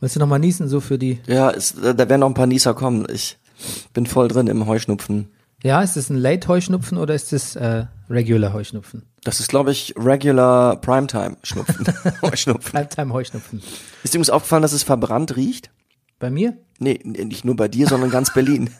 Willst du nochmal niesen, so für die. Ja, es, da werden noch ein paar Nieser kommen. Ich bin voll drin im Heuschnupfen. Ja, ist das ein Late-Heuschnupfen oder ist das äh, regular Heuschnupfen? Das ist, glaube ich, regular Primetime-Schnupfen. Heuschnupfen. Halbtime-Heuschnupfen. Ist dir übrigens aufgefallen, dass es verbrannt riecht? Bei mir? Nee, nee, nicht nur bei dir, sondern ganz Berlin.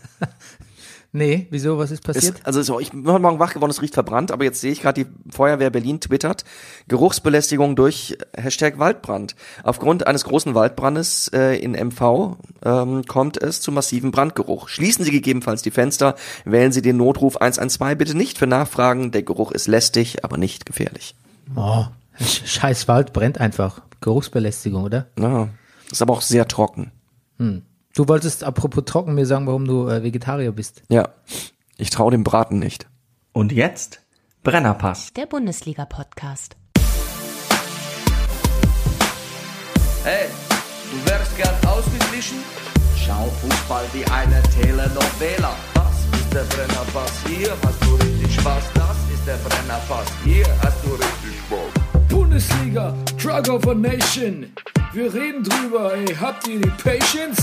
Nee, wieso? Was ist Es, passiert? also so, ich bin heute Morgen wach geworden, es riecht verbrannt, aber jetzt sehe ich gerade, die Feuerwehr Berlin twittert, Geruchsbelästigung durch äh, Hashtag Waldbrand. Aufgrund eines großen Waldbrandes äh, in MV ähm, kommt es zu massivem Brandgeruch. Schließen Sie gegebenenfalls die Fenster, wählen Sie den Notruf 112 bitte nicht für Nachfragen, der Geruch ist lästig, aber nicht gefährlich. Oh, sch- scheiß Wald brennt einfach. Geruchsbelästigung, oder? Ja, ist aber auch sehr trocken. Du wolltest apropos trocken mir sagen, warum du äh, Vegetarier bist. Ja, ich traue dem Braten nicht. Und jetzt Brennerpass. Der Bundesliga-Podcast. Hey, du wärst gern ausgeglichen? Schau Fußball wie eine Telenovela. Das ist der Brennerpass, hier hast du richtig Spaß. Das ist der Brennerpass, hier hast du richtig Spaß. Bundesliga, Drug of a Nation. Wir reden drüber, ey. Habt ihr die Patience?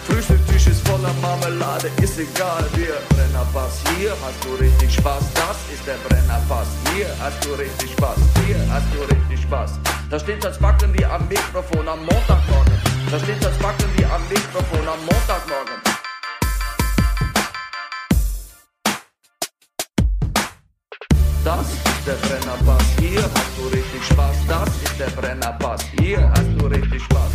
Frühstücktisch ist voller Marmelade, ist egal, wir Brennerpass. Hier hast du richtig Spaß, das ist der Brennerpass. Hier hast du richtig Spaß, hier hast du richtig Spaß. Da steht das Backen wie am Mikrofon am Montagmorgen. Da steht das Backen wie am Mikrofon am Montagmorgen. Das ist der Brennerpass, hier hast du richtig Spaß. Das ist der Brennerpass, hier hast du richtig Spaß.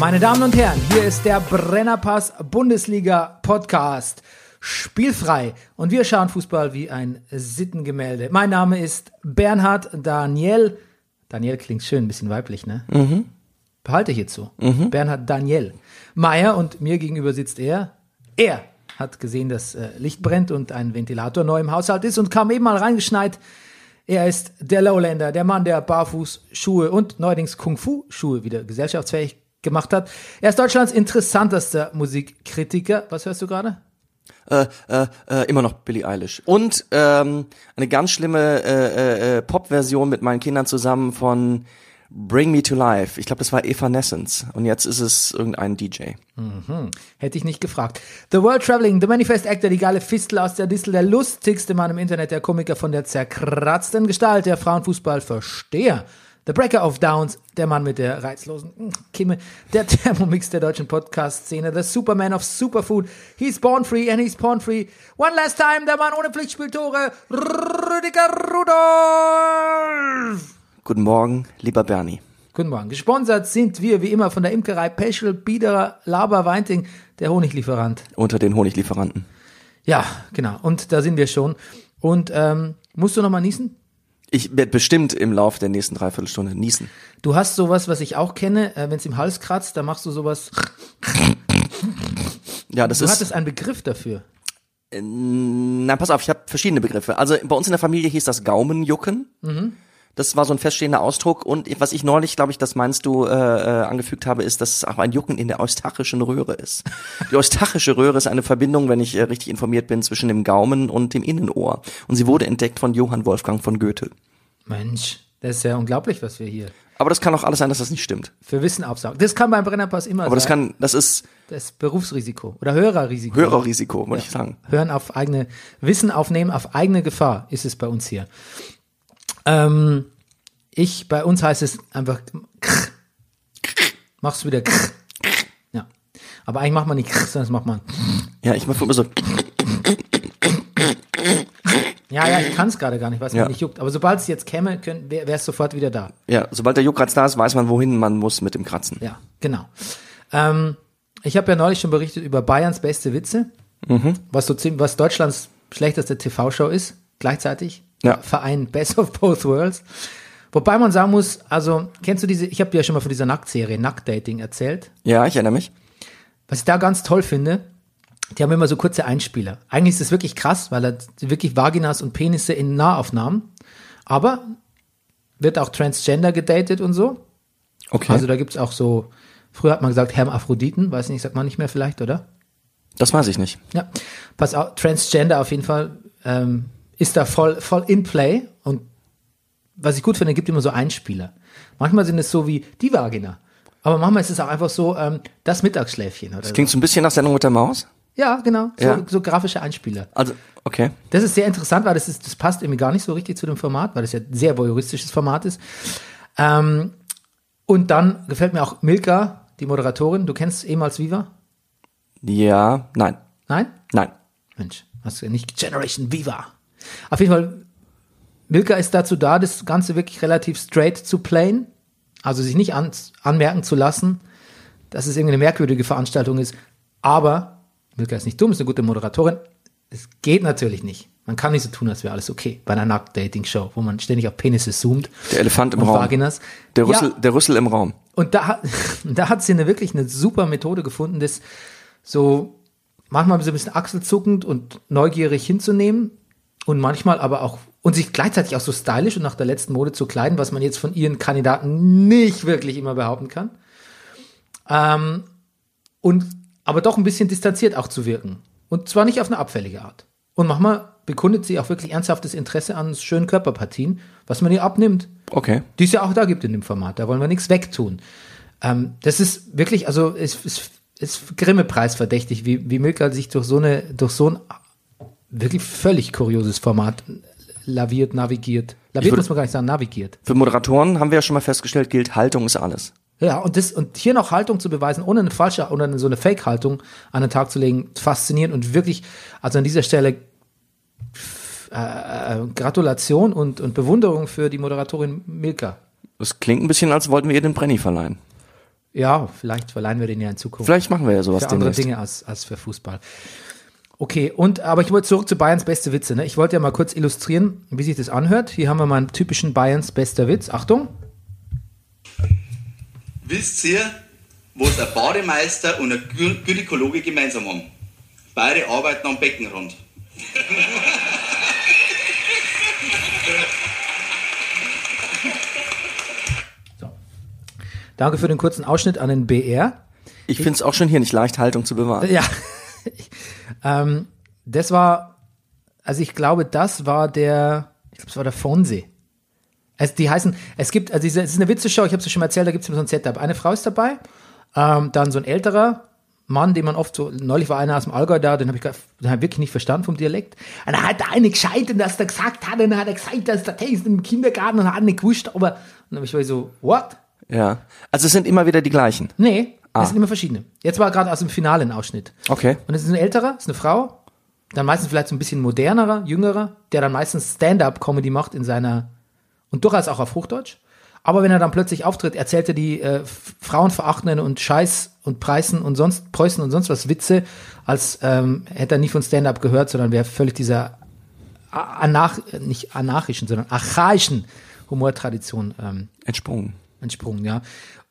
Meine Damen und Herren, hier ist der Brennerpass Bundesliga Podcast. Spielfrei. Und wir schauen Fußball wie ein Sittengemälde. Mein Name ist Bernhard Daniel. Daniel klingt schön, ein bisschen weiblich, ne? Behalte ich jetzt so. Bernhard Daniel. Meier und mir gegenüber sitzt er. Er hat gesehen, dass äh, Licht brennt und ein Ventilator neu im Haushalt ist und kam eben mal reingeschneit. Er ist der Lowlander, der Mann, der Barfußschuhe und neuerdings Kung-Fu-Schuhe wieder gesellschaftsfähig gemacht hat. Er ist Deutschlands interessantester Musikkritiker. Was hörst du gerade? äh, äh, äh, immer noch Billie Eilish. Und ähm, eine ganz schlimme äh, äh, äh, Pop-Version mit meinen Kindern zusammen von Bring Me to Life. Ich glaube, das war Evanescence. Und jetzt ist es irgendein DJ. Hm, Hätte ich nicht gefragt. The World Traveling, The Manifest Actor, die geile Fistel aus der Distel, der lustigste Mann im Internet, der Komiker von der zerkratzten Gestalt, der Frauenfußballversteher. The Breaker of Downs, der Mann mit der reizlosen Hm, Kimme, der Thermomix der deutschen Podcast-Szene, The Superman of Superfood, He's Born Free and He's Born Free, One Last Time, der Mann ohne Pflichtspieltore, Rüdiger Rudolf! Guten Morgen, lieber Bernie. Guten Morgen. Gesponsert sind wir wie immer von der Imkerei Peschel, Biederer, Laber, Weinting, der Honiglieferant. Unter den Honiglieferanten. Ja, genau. Und da sind wir schon. Und ähm, musst du nochmal niesen? Ich werde bestimmt im Lauf der nächsten Dreiviertelstunde niesen. Du hast sowas, was ich auch kenne, äh, wenn es im Hals kratzt, da machst du sowas. Ja, das Du ist. hattest einen Begriff dafür. Na, pass auf, ich habe verschiedene Begriffe. Also bei uns in der Familie hieß das Gaumenjucken. Das war so ein feststehender Ausdruck. Und was ich neulich, glaube ich, das meinst du, äh, äh, angefügt habe, ist, dass es auch ein Jucken in der eustachischen Röhre ist. Die eustachische Röhre ist eine Verbindung, wenn ich äh, richtig informiert bin, zwischen dem Gaumen und dem Innenohr. Und sie wurde entdeckt von Johann Wolfgang von Goethe. Mensch, das ist ja unglaublich, was wir hier Aber das kann auch alles sein, dass das nicht stimmt. für Wissen aufsaugen. Das kann beim Brennerpass immer Aber das sein. kann, das ist das ist Berufsrisiko oder Hörerrisiko. Hörerrisiko, würde ich sagen. Hören auf eigene, Wissen aufnehmen auf eigene Gefahr ist es bei uns hier. Ähm, ich, bei uns heißt es einfach krr. Machst du wieder krr. Ja. Aber eigentlich macht man nicht krr, sondern das macht man. Ja, ich mache immer so. Ja, ja, ich kann es gerade gar nicht, weil es Äh. Ja. mir nicht juckt. Aber sobald es jetzt käme, wäre es sofort wieder da. Ja, sobald der Juckreiz da ist, weiß man, wohin man muss mit dem Kratzen. Ja, genau. Ähm, ich habe ja neulich schon berichtet über Bayerns beste Witze, Mhm. was, so ziemlich, was Deutschlands schlechteste TV-Show ist, gleichzeitig. Ja. Verein Best of Both Worlds. Wobei man sagen muss, also kennst du diese, ich habe dir ja schon mal von dieser Nacktserie Nacktdating erzählt. Ja, ich erinnere mich. Was ich da ganz toll finde, die haben immer so kurze Einspieler. Eigentlich ist das wirklich krass, weil er wirklich Vaginas und Penisse in Nahaufnahmen. Aber wird auch Transgender gedatet und so. Okay. Also da gibt's auch so, früher hat man gesagt Hermaphroditen, weiß nicht, sagt man nicht mehr vielleicht, oder? das weiß ich nicht. Ja, pass auf, Transgender auf jeden Fall ähm, ist da voll, voll in play und was ich gut finde, gibt immer so Einspieler. Manchmal sind es so wie die Vagina, aber manchmal ist es auch einfach so ähm, das Mittagsschläfchen oder so. Klingt so ein bisschen nach Sendung mit der Maus. Ja, genau, so, Ja. so grafische Einspieler. Also, okay. Das ist sehr interessant, weil das, ist, das passt irgendwie gar nicht so richtig zu dem Format, weil das ja ein sehr voyeuristisches Format ist. Ähm, und dann gefällt mir auch Milka, die Moderatorin. Du kennst ehemals Viva? Ja, nein, Nein? nein. Mensch, hast du ja nicht Generation Viva. Auf jeden Fall, Milka ist dazu da, das Ganze wirklich relativ straight zu playen, also sich nicht an, anmerken zu lassen, dass es irgendeine merkwürdige Veranstaltung ist. Aber Milka ist nicht dumm, ist eine gute Moderatorin. Es geht natürlich nicht. Man kann nicht so tun, als wäre alles okay bei einer Nackt-Dating-Show, wo man ständig auf Penisse zoomt. Der Elefant im und Raum. Vaginas. Der Ja. Rüssel, der Rüssel im Raum. Und da, hat- da hat sie eine, wirklich eine super Methode gefunden, das so manchmal so ein bisschen achselzuckend und neugierig hinzunehmen und manchmal aber auch und sich gleichzeitig auch so stylisch und nach der letzten Mode zu kleiden, was man jetzt von ihren Kandidaten nicht wirklich immer behaupten kann. Ähm, und aber doch ein bisschen distanziert auch zu wirken. Und zwar nicht auf eine abfällige Art. Und manchmal bekundet sie auch wirklich ernsthaftes Interesse an schönen Körperpartien, was man ihr abnimmt Okay. die es ja auch da gibt in dem Format. Da wollen wir nichts wegtun. Ähm, das ist wirklich, also es ist, ist grimme preisverdächtig, wie, wie Milka sich durch so eine, durch so ein wirklich völlig kurioses Format laviert, navigiert. Laviert würde- muss man gar nicht sagen, navigiert. Für Moderatoren haben wir ja schon mal festgestellt, gilt Haltung ist alles. Ja, und das, und hier noch Haltung zu beweisen, ohne eine falsche, ohne so eine Fake-Haltung an den Tag zu legen, faszinierend und wirklich, also an dieser Stelle f- äh, äh, Gratulation und, und Bewunderung für die Moderatorin Milka. Das klingt ein bisschen, als wollten wir ihr den Brenny verleihen. Ja, vielleicht verleihen wir den ja in Zukunft. Vielleicht machen wir ja sowas für andere demnächst. Dinge als, als für Fußball. Okay, und aber ich wollte zurück zu Bayerns beste Witze. Ne? Ich wollte ja mal kurz illustrieren, wie sich das anhört. Hier haben wir mal einen typischen Bayerns bester Witz. Achtung. Wisst ihr, was ein Bademeister und ein Gyn- Gynäkologe gemeinsam haben? Beide arbeiten am Beckenrand. Danke für den kurzen Ausschnitt an den BR. Ich finde es auch schon hier nicht leicht, Haltung zu bewahren. Ja. ähm, das war, also ich glaube, das war der, ich glaube, es war der Fonsee. Also die heißen, es gibt, also diese, es ist eine Witzeshow, ich habe es schon mal erzählt, da gibt es immer so ein Setup. Eine Frau ist dabei, ähm, dann so ein älterer Mann, den man oft so, neulich war einer aus dem Allgäu da, den habe ich, gar- den hab ich wirklich nicht verstanden vom Dialekt. Und dann hat der eine gescheitert, dass der gesagt hat, und dann hat er gesagt, dass der Text im Kindergarten und hat nicht gewusst, aber, und dann habe ich so, what? Ja. Also es sind immer wieder die gleichen. Nee, das sind immer verschiedene. Jetzt war gerade aus dem finalen Ausschnitt. Okay. Und es ist ein älterer, es ist eine Frau, dann meistens vielleicht so ein bisschen modernerer, jüngerer, der dann meistens Stand-up-Comedy macht in seiner und durchaus auch auf Hochdeutsch. Aber wenn er dann plötzlich auftritt, erzählt er die äh, f- frauenverachtenden und Scheiß und Preisen und sonst Preußen und sonst was Witze, als ähm, hätte er nie von Stand-up gehört, sondern wäre völlig dieser a- anarch nicht anarchischen, sondern archaischen Humortradition ähm, Entsprungen. entsprungen, ja.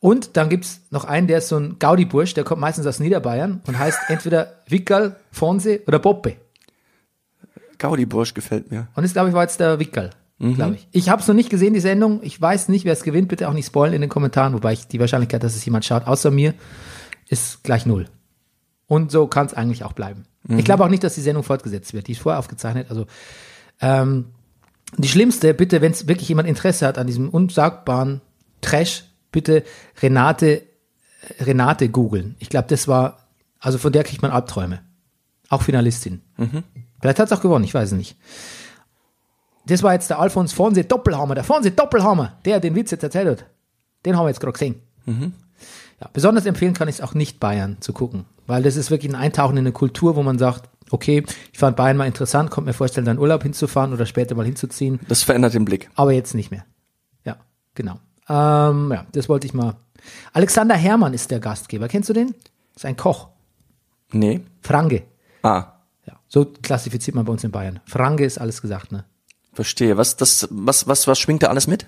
Und dann gibt's noch einen, der ist so ein Gaudi-Bursch, der kommt meistens aus Niederbayern und heißt entweder Wickerl, Fonse oder Poppe. Gaudi Bursch gefällt mir. Und das, glaube ich, war jetzt der Wickerl, glaube ich. Ich habe es noch nicht gesehen, die Sendung. Ich weiß nicht, wer es gewinnt. Bitte auch nicht spoilen in den Kommentaren, wobei ich die Wahrscheinlichkeit, dass es jemand schaut, außer mir, ist gleich null. Und so kann es eigentlich auch bleiben. Ich glaube auch nicht, dass die Sendung fortgesetzt wird. Die ist vorher aufgezeichnet. Also ähm, die schlimmste, bitte, wenn es wirklich jemand Interesse hat an diesem unsagbaren Trash, bitte Renate äh, Renate googeln. Ich glaube, das war, also von der kriegt man Albträume. Auch Finalistin. Vielleicht hat es auch gewonnen, ich weiß es nicht. Das war jetzt der Alfons Fonse Doppelhammer. Der Fonse Doppelhammer, der den Witz jetzt erzählt hat. Den haben wir jetzt gerade gesehen. Ja, besonders empfehlen kann ich es auch nicht Bayern zu gucken, weil das ist wirklich ein Eintauchen in eine Kultur, wo man sagt, okay, ich fand Bayern mal interessant, konnte mir vorstellen, dann Urlaub hinzufahren oder später mal hinzuziehen, Das verändert den Blick. aber jetzt nicht mehr. Ja, genau. Ähm, ja, das wollte ich mal. Alexander Hermann ist der Gastgeber. Kennst du den? Ist ein Koch. Nee. Frange. Ah, Ja, so klassifiziert man bei uns in Bayern. Frange ist alles gesagt, ne? verstehe. Was das was was was schwingt da alles mit?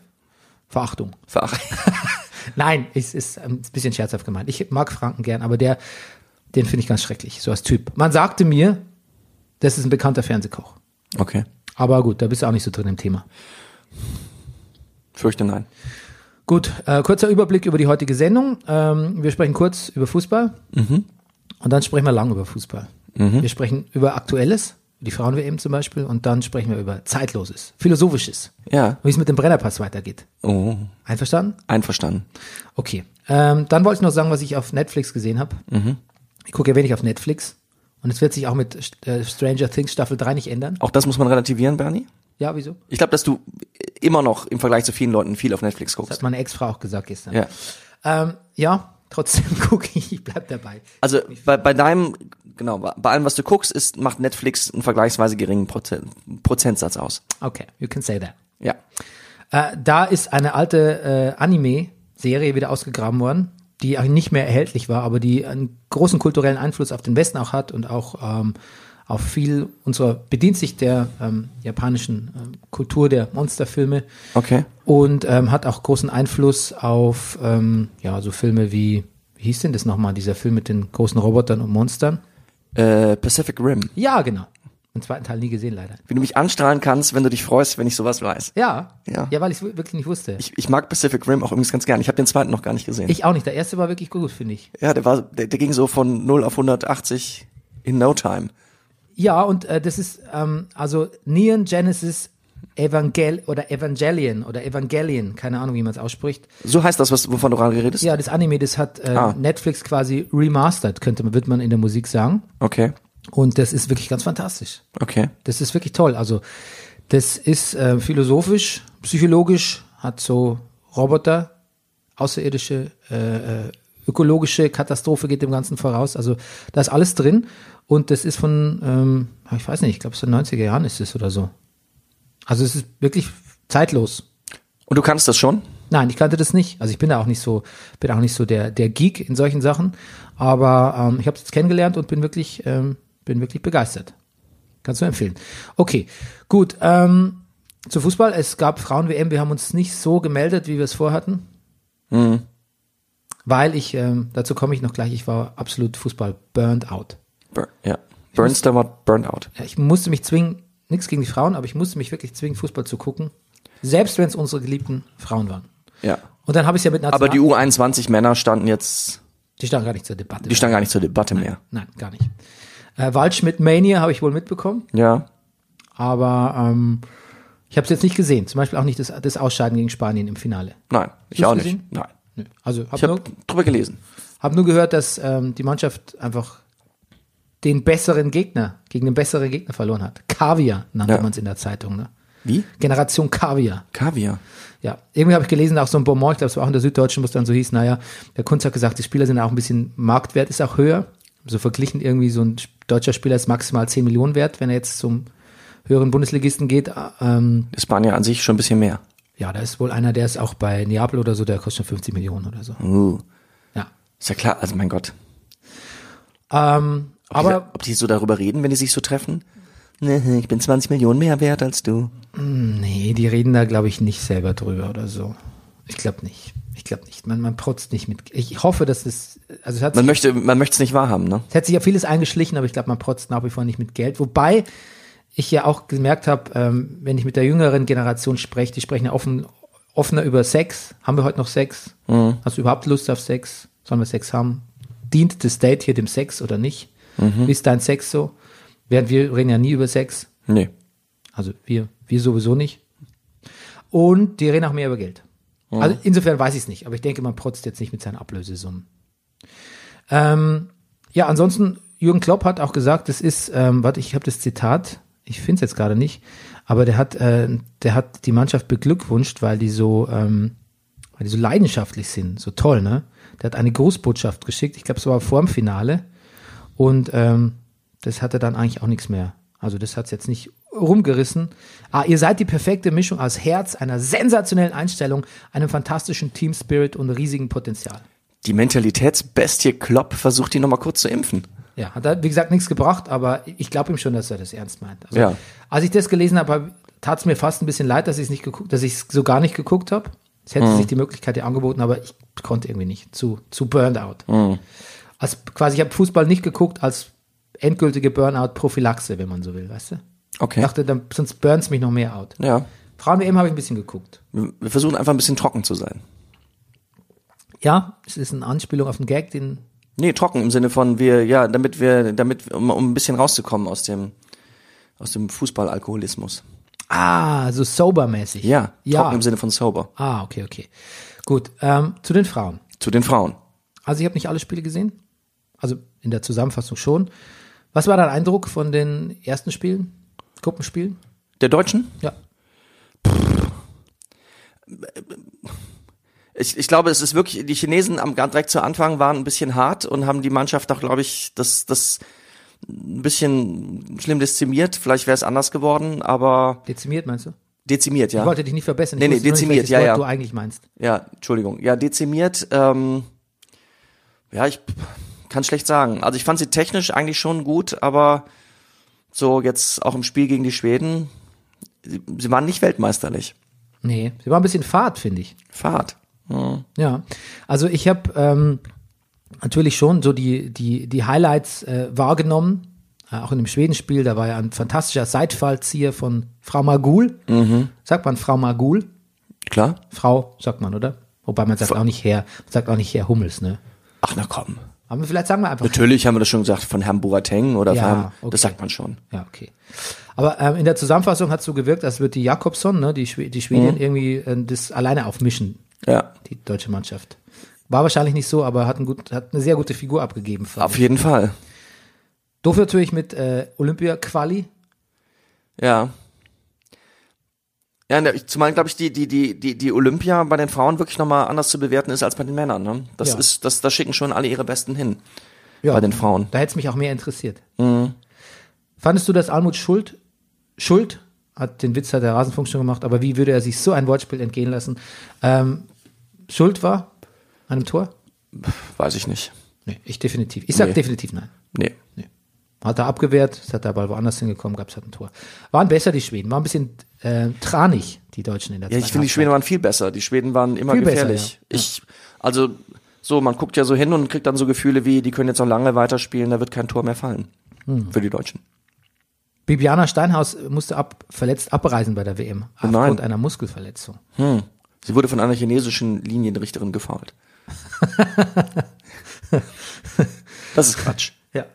Verachtung. Verach Nein, es ist ähm, ein bisschen scherzhaft gemeint. Ich mag Franken gern, aber der, den finde ich ganz schrecklich, so als Typ. Man sagte mir, das ist ein bekannter Fernsehkoch. Okay. Aber gut, da bist du auch nicht so drin im Thema. Fürchte nein. Gut, äh, kurzer Überblick über die heutige Sendung. Ähm, wir sprechen kurz über Fußball und dann sprechen wir lang über Fußball. Wir sprechen über Aktuelles, die Frauen-WM zum Beispiel, und dann sprechen wir über Zeitloses, Philosophisches, Ja. wie es mit dem Brennerpass weitergeht. Oh, Einverstanden? einverstanden. Okay. Ähm, dann wollte ich noch sagen, was ich auf Netflix gesehen habe. Ich gucke ja wenig auf Netflix. Und es wird sich auch mit äh, Stranger Things Staffel 3 nicht ändern. Auch das muss man relativieren, Bernie. Ja, wieso? Ich glaube, dass du immer noch im Vergleich zu vielen Leuten viel auf Netflix Das hat guckst. meine Ex-Frau auch gesagt gestern. Ja. Ähm, ja, trotzdem gucke ich, ich bleib dabei. Also bei, bei deinem, genau, bei bei allem, was du guckst, ist, macht Netflix einen vergleichsweise geringen Prozent, Prozentsatz aus. Okay, you can say that. Ja. Äh, da ist eine alte äh, Anime-Serie wieder ausgegraben worden, die eigentlich nicht mehr erhältlich war, aber die einen großen kulturellen Einfluss auf den Westen auch hat und auch ähm, auf viel unserer bedient sich der ähm, japanischen ähm, Kultur der Monsterfilme Okay. und ähm, hat auch großen Einfluss auf ähm, ja so Filme wie wie hieß denn das nochmal dieser Film mit den großen Robotern und Monstern? Äh, Pacific Rim. Ja, genau. Den zweiten Teil nie gesehen leider. Wie du mich anstrahlen kannst, wenn du dich freust, wenn ich sowas weiß. Ja, ja, Ja. ja weil ich es wirklich nicht wusste. Ich, Ich, ich mag Pacific Rim auch übrigens ganz gern. Ich habe den zweiten noch gar nicht gesehen. auch nicht. Der erste war wirklich gut, finde ich. ja, der war, der, der ging so von 0 auf 180 in no time. Ja, und äh, das ist ähm, also Neon Genesis Evangel oder Evangelion oder Evangelion, keine Ahnung, wie man es ausspricht. So heißt das, was, wovon du gerade redest? Ja, das Anime, das hat äh, Ah. Netflix quasi remastered, könnte man, wird man in der Musik sagen. Okay. Und das ist wirklich ganz fantastisch. Okay. Das ist wirklich toll. Also das ist äh, philosophisch, psychologisch, hat so Roboter, außerirdische, äh, äh, ökologische Katastrophe geht dem Ganzen voraus. Also da ist alles drin und das ist von, ähm, ich weiß nicht, ich glaube es ist in den 90er Jahren ist es oder so. Also es ist wirklich zeitlos. Und du kannst das schon? Nein, ich kannte das nicht. Also ich bin da auch nicht so, bin auch nicht so der, der Geek in solchen Sachen. Aber ähm, ich habe es jetzt kennengelernt und bin wirklich, ähm, bin wirklich begeistert. Kannst du empfehlen. Okay, gut. Ähm, zu Fußball, es gab Frauen-WM, wir haben uns nicht so gemeldet, wie wir es vorhatten. Mhm. Weil ich, ähm, dazu komme ich noch gleich, ich war absolut Fußball-burned out. Bur ja. Burnster war burned out. Ja, Ich musste mich zwingen, nichts gegen die Frauen, aber ich musste mich wirklich zwingen, Fußball zu gucken. Selbst wenn es unsere geliebten Frauen waren. Ja. Und dann habe ich ja mit Aber National- die U21 Männer standen jetzt, Die standen gar nicht zur Debatte. die standen gar nicht zur Debatte mehr. Nein, gar nicht. Äh, Waldschmidt Mania habe ich wohl mitbekommen, Ja. aber ähm, ich habe es jetzt nicht gesehen. Zum Beispiel auch nicht das, das Ausscheiden gegen Spanien im Finale. Nein. Ich Hast auch du nicht. gesehen? Nein. Nö. Also habe Ich habe nur, drüber gelesen. hab nur gehört, dass ähm, die Mannschaft einfach den besseren Gegner gegen den besseren Gegner verloren hat. Kaviar nannte Ja. man es in der Zeitung. Ne? Wie? Generation Kaviar. Kaviar. Ja, irgendwie habe ich gelesen, auch so ein Bonbon, ich glaube, es war auch in der Süddeutschen, wo es dann so hieß, naja, der Kunz hat gesagt, die Spieler sind auch ein bisschen, Marktwert ist auch höher. So verglichen irgendwie, so ein deutscher Spieler ist maximal 10 Millionen wert, wenn er jetzt zum höheren Bundesligisten geht. Ähm, Die Spanier an sich schon ein bisschen mehr. ja, da ist wohl einer, der ist auch bei Neapel oder so, der kostet schon 50 Millionen oder so. Uh. Ja. Ist ja klar, also mein Gott. Ähm, aber Ob die- ob die so darüber reden, wenn die sich so treffen? Nee, ich bin 20 Millionen mehr wert als du. nee, die reden da, glaube ich, nicht selber drüber oder so. Ich glaube nicht. Ich glaube nicht. Man, man protzt nicht mit. Ich hoffe, dass es, also es hat Man möchte, man möchte es nicht wahrhaben, ne? Es hat sich ja vieles eingeschlichen, aber ich glaube, man protzt nach wie vor nicht mit Geld. Wobei ich ja auch gemerkt habe, ähm, wenn ich mit der jüngeren Generation spreche, die sprechen ja offen, offener über Sex. Haben wir heute noch Sex? Hast du überhaupt Lust auf Sex? Sollen wir Sex haben? Dient das Date hier dem Sex oder nicht? Wie ist dein Sex so? Während wir reden ja nie über Sex. Nee. Also wir, wir sowieso nicht. Und die reden auch mehr über Geld. Also insofern weiß ich es nicht, aber ich denke, man protzt jetzt nicht mit seinen Ablösesummen. Ähm, ja, ansonsten, Jürgen Klopp hat auch gesagt, das ist, ähm, warte, ich habe das Zitat, ich finde es jetzt gerade nicht, aber der hat, äh, der hat die Mannschaft beglückwünscht, weil die so, ähm, weil die so leidenschaftlich sind, so toll, ne? Der hat eine Grußbotschaft geschickt, ich glaube, es war vor dem Finale. Und ähm, das hatte dann eigentlich auch nichts mehr. Also das hat es jetzt nicht rumgerissen. Ah, ihr seid die perfekte Mischung aus Herz, einer sensationellen Einstellung, einem fantastischen Team-Spirit und riesigem Potenzial. Die Mentalitätsbestie Klopp versucht die nochmal kurz zu impfen. Ja, hat da, wie gesagt, nichts gebracht, aber ich glaube ihm schon, dass er das ernst meint. Also, Ja. Als ich das gelesen habe, tat es mir fast ein bisschen leid, dass ich es nicht geguckt, dass ich es so gar nicht geguckt habe. Es hätte Mhm. sich die Möglichkeit ja angeboten, aber ich konnte irgendwie nicht. Zu, zu burned out. Mhm. Als, quasi, ich habe Fußball nicht geguckt als endgültige Burnout-Prophylaxe, wenn man so will, weißt du? Okay. Ich dachte, dann, sonst burns mich noch mehr out. Ja. Frauen WM habe ich ein bisschen geguckt. Wir versuchen einfach ein bisschen trocken zu sein. Ja, es ist eine Anspielung auf einen Gag, den Nee, trocken im Sinne von wir, ja, damit wir, damit, um, um ein bisschen rauszukommen aus dem, aus dem Fußballalkoholismus. Ah, so sobermäßig. Ja, ja. trocken im Sinne von sober. Ah, okay, okay. Gut, ähm, zu den Frauen. Zu den Frauen. Also ich habe nicht alle Spiele gesehen. Also in der Zusammenfassung schon. Was war dein Eindruck von den ersten Spielen? Gruppenspielen? Der Deutschen? Ja. Ich, ich glaube, es ist wirklich, die Chinesen am direkt zu Anfang waren ein bisschen hart und haben die Mannschaft auch, glaube ich, das, das ein bisschen schlimm dezimiert. Vielleicht wäre es anders geworden, aber Dezimiert meinst du? dezimiert, ja. Ich wollte dich nicht verbessern. Ich Nee, nee, wusste nur dezimiert, welches ja, Wort ja. du eigentlich meinst. Ja, Entschuldigung. Ja, dezimiert, ähm, ja, ich kann schlecht sagen. Also ich fand sie technisch eigentlich schon gut, aber so jetzt auch im Spiel gegen die Schweden, sie, sie waren nicht weltmeisterlich. Nee, sie war ein bisschen fad, finde ich. Fahrt. Hm. Ja, also ich habe ähm, natürlich schon so die, die, die Highlights äh, wahrgenommen. Äh, auch in dem Schwedenspiel, da war ja ein fantastischer Seitfallzieher von Frau Magul. Mhm. Sagt man Frau Magul? Klar. Frau, sagt man, oder? Wobei man sagt auch nicht Herr, man sagt auch nicht Herr Hummels, ne? Ach na komm. Aber vielleicht sagen wir einfach. Natürlich haben wir das schon gesagt von Herrn Boateng oder Ja, von Herrn, okay. das sagt man schon. Ja, okay. Aber ähm, in der Zusammenfassung hat es so gewirkt, als würde die Jakobson, ne, die, Schwe die Schwedin, Mhm. irgendwie äh, das alleine aufmischen, Ja. die deutsche Mannschaft. War wahrscheinlich nicht so, aber hat, ein gut, hat eine sehr gute Figur abgegeben. fand Auf jeden Fall. Doof natürlich mit äh, Olympia-Quali. Ja. Ja, ne, ich- zumal glaube ich die die die die die Olympia bei den Frauen wirklich noch mal anders zu bewerten ist als bei den Männern. Ne? Das Ja. ist das da schicken schon alle ihre Besten hin Ja, bei den Frauen. Da hätte es mich auch mehr interessiert. Fandest du, dass Almut Schuld, Schuld, hat den Witz hat der Rasenfunk schon gemacht, aber wie würde er sich so ein Wortspiel entgehen lassen, ähm, Schuld war an einem Tor? Weiß ich nicht. Nee, ich definitiv. Ich sag Nee. definitiv nein. Nee. Nee. Hat er abgewehrt, es hat der Ball woanders hingekommen, gab es halt ein Tor. Waren besser die Schweden, waren ein bisschen äh, tranig, die Deutschen in der Ja, ich zweiten finde die Schweden Halbzeit. waren viel besser. Die Schweden waren immer Viel besser, gefährlich. Ich also so man guckt ja so hin und kriegt dann so Gefühle wie die können jetzt noch lange weiterspielen, da wird kein Tor mehr fallen Hm. für die Deutschen. Bibiana Steinhaus musste ab, verletzt abreisen bei der WM, aufgrund nein. einer Muskelverletzung. Hm. Sie wurde von einer chinesischen Linienrichterin gefault. das ist Quatsch. Ja.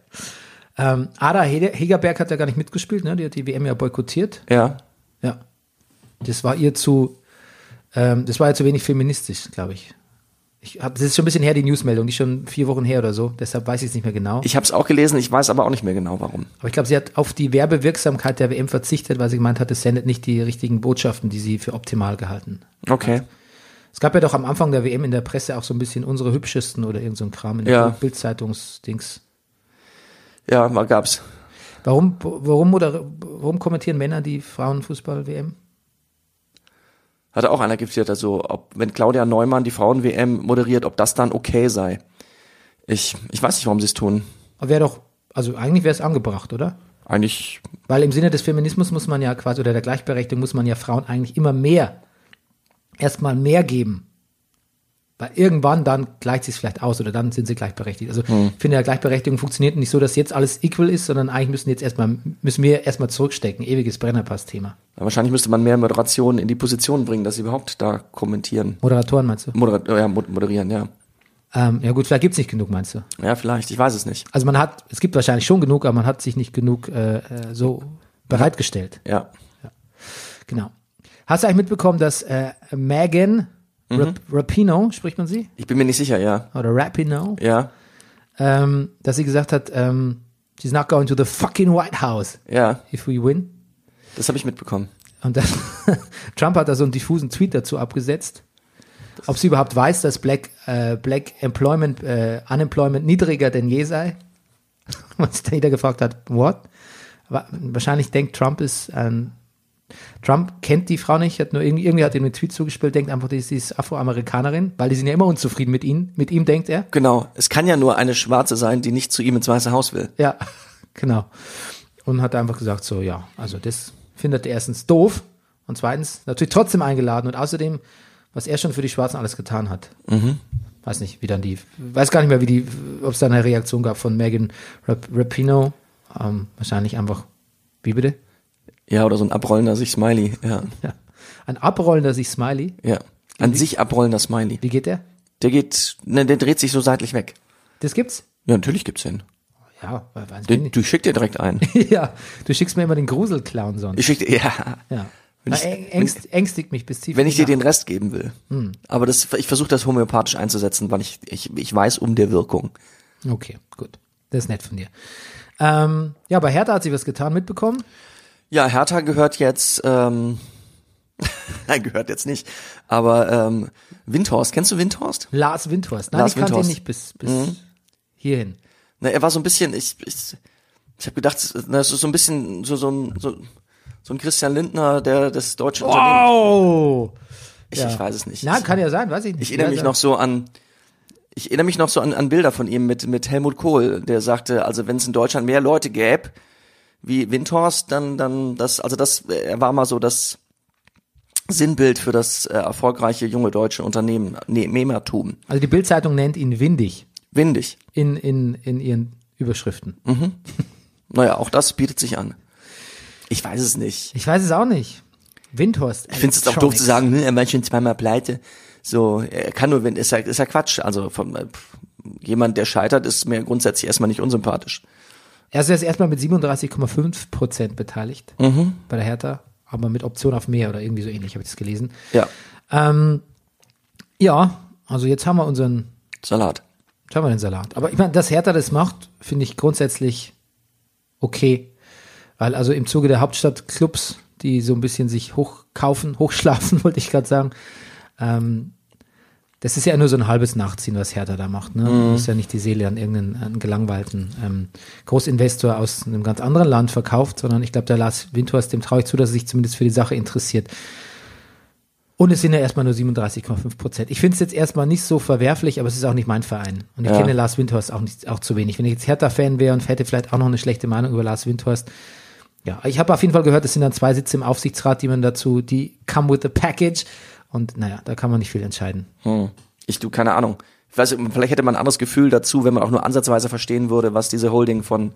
Ähm, Ada Hede- Hegerberg hat ja gar nicht mitgespielt, ne? Die hat die WM ja boykottiert. Ja. Ja. Das war ihr zu, ähm, das war ihr zu wenig feministisch, glaube ich. ich hab, das ist schon ein bisschen her, die Newsmeldung, die ist schon vier Wochen her oder so, deshalb weiß ich es nicht mehr genau. Ich habe es auch gelesen, ich weiß aber auch nicht mehr genau warum. Aber ich glaube, sie hat auf die Werbewirksamkeit der WM verzichtet, weil sie gemeint hat, es sendet nicht die richtigen Botschaften, die sie für optimal gehalten. Okay. Es gab ja doch am Anfang der WM in der Presse auch so ein bisschen unsere hübschesten oder irgend so ein Kram in der Ja. Bildzeitungsdings. Ja, mal gab's. Warum, warum, oder, warum kommentieren Männer die Frauenfußball-WM? Hatte auch einer gefragt, also ob wenn Claudia Neumann die Frauen-WM moderiert, ob das dann okay sei. Ich, ich weiß nicht, warum sie es tun. Aber Wäre doch, also eigentlich wäre es angebracht, oder? Eigentlich, Weil im Sinne des Feminismus muss man ja quasi, oder der Gleichberechtigung muss man ja Frauen eigentlich immer mehr, erstmal mehr geben. Weil irgendwann dann gleicht sich vielleicht aus oder dann sind sie gleichberechtigt. Also ich finde, ja, Gleichberechtigung funktioniert nicht so, dass jetzt alles equal ist, sondern eigentlich müssen jetzt erstmal, müssen wir erstmal zurückstecken. Ewiges Brennerpass-Thema. wahrscheinlich müsste man mehr Moderation in die Position bringen, dass sie überhaupt da kommentieren. Moderatoren meinst du? Moderat ja, mod- moderieren, ja. Ähm, ja gut, vielleicht gibt's nicht genug, meinst du? Ja, vielleicht, ich weiß es nicht. Also man hat, es gibt wahrscheinlich schon genug, aber man hat sich nicht genug äh, äh, so bereitgestellt. Ja. Genau. Hast du eigentlich mitbekommen, dass äh, Megan Rap Rapino, spricht man sie? Ich bin mir nicht sicher, ja. Oder Rapino? Ja, Ähm, dass sie gesagt hat, ähm, she's not going to the fucking White House ja. if we win. Das habe ich mitbekommen. Und dann, Trump hat da so einen diffusen Tweet dazu abgesetzt. Ob sie überhaupt weiß, dass Black, äh, Black Employment, äh, Unemployment niedriger denn je sei? Und sich dann jeder gefragt hat, what? Wa- Wahrscheinlich denkt Trump ist ein, Trump kennt die Frau nicht, hat nur irgendwie, irgendwie hat ihm einen Tweet zugespielt, denkt einfach, die ist, die ist Afroamerikanerin, weil die sind ja immer unzufrieden mit ihnen. Mit ihm denkt er. Genau. Es kann ja nur eine Schwarze sein, die nicht zu ihm ins Weiße Haus will. Ja, genau. Und hat einfach gesagt, so, ja, also das findet er erstens doof und zweitens natürlich trotzdem eingeladen. Und außerdem was er schon für die Schwarzen alles getan hat. Mhm. Weiß nicht, wie dann die, weiß gar nicht mehr, wie die, ob es da eine Reaktion gab von Megan Rap Rapino. Ähm, wahrscheinlich einfach, wie bitte? Ja, oder so ein abrollender sich Smiley. Ja, Ja. Ein abrollender sich Smiley. ja. An sich abrollender Smiley. Wie geht der? Der geht, ne, der dreht sich so seitlich weg. Das gibt's? Ja, natürlich gibt's den. Ja, weil- weiß ich Den, nicht. du schick dir direkt einen. ja, du schickst mir immer den Gruselclown sonst. Ich schick dir, ja. Ja. Wenn ich- Ä- Ängst, ängstigt mich bis tief. Wenn ich dir in den Rest geben will. Aber das, ich versuche das homöopathisch einzusetzen, weil ich, ich, ich weiß um der Wirkung. Nacht- Okay, gut. Das ist nett von dir. Ähm, ja, bei Hertha hat sie was getan, mitbekommen. Ja, Hertha gehört jetzt, ähm, nein, gehört jetzt nicht. Aber ähm, Windhorst, kennst du Windhorst? Lars Windhorst. Nein, Lars ich kannte ihn Windhorst. Mhm. nicht bis, bis hierhin. Na, er war so ein bisschen, ich, ich, ich habe gedacht, na, das ist so ein bisschen so, so, ein- so, so ein Christian Lindner, der das deutsche Unternehmen. Oh! Ich, ich weiß es nicht. Na, Ich- kann ja sein, weiß ich nicht. Ich erinnere mich Also, noch so an, ich erinnere mich noch so an, an Bilder von ihm mit, mit Helmut Kohl, der sagte, also wenn es in Deutschland mehr Leute gäbe wie Windhorst, dann, dann das, also das, er war mal so das Sinnbild für das äh, erfolgreiche junge deutsche Unternehmen, Ne-, nee, Nehmertum. Also die Bildzeitung nennt ihn windig Windig. in, in, in ihren Überschriften. Mhm. Naja, auch das bietet sich an. Ich weiß es nicht. Ich weiß es auch nicht. Windhorst. Ich finde es auch doof zu sagen, ne, er war schon zweimal pleite. So, er kann nur, wenn, ist ja, ist ja Quatsch. Also von, äh, pff, jemand, der scheitert, ist mir grundsätzlich erstmal nicht unsympathisch. Also er ist erstmal mit 37,5 Prozent beteiligt Mhm. bei der Hertha, aber mit Option auf mehr oder irgendwie so ähnlich, habe ich das gelesen. Ja, Ähm, ja, also jetzt haben wir unseren, Salat. jetzt haben wir den Salat. Aber ich meine, dass Hertha das macht, finde ich grundsätzlich okay. Weil also im Zuge der Hauptstadtclubs, die so ein bisschen sich hochkaufen, hochschlafen, wollte ich gerade sagen, ähm, das ist ja nur so ein halbes Nachziehen, was Hertha da macht. Ne? Du musst ja nicht die Seele an irgendeinen an einen gelangweilten ähm, Großinvestor aus einem ganz anderen Land verkauft, sondern ich glaube, der Lars Windhorst, dem traue ich zu, dass er sich zumindest für die Sache interessiert. Und es sind ja erstmal nur 37,5 Prozent. Ich finde es jetzt erstmal nicht so verwerflich, aber es ist auch nicht mein Verein. Und ich Ja. kenne Lars Windhorst auch, nicht, auch zu wenig. Wenn ich jetzt Hertha-Fan wäre und hätte vielleicht auch noch eine schlechte Meinung über Lars Windhorst, ja, ich habe auf jeden Fall gehört, es sind dann zwei Sitze im Aufsichtsrat, die man dazu, die come with the package. Und naja, da kann man nicht viel entscheiden. Hm. Ich du, keine Ahnung. Ich weiß, nicht, vielleicht hätte man ein anderes Gefühl dazu, wenn man auch nur ansatzweise verstehen würde, was diese Holding von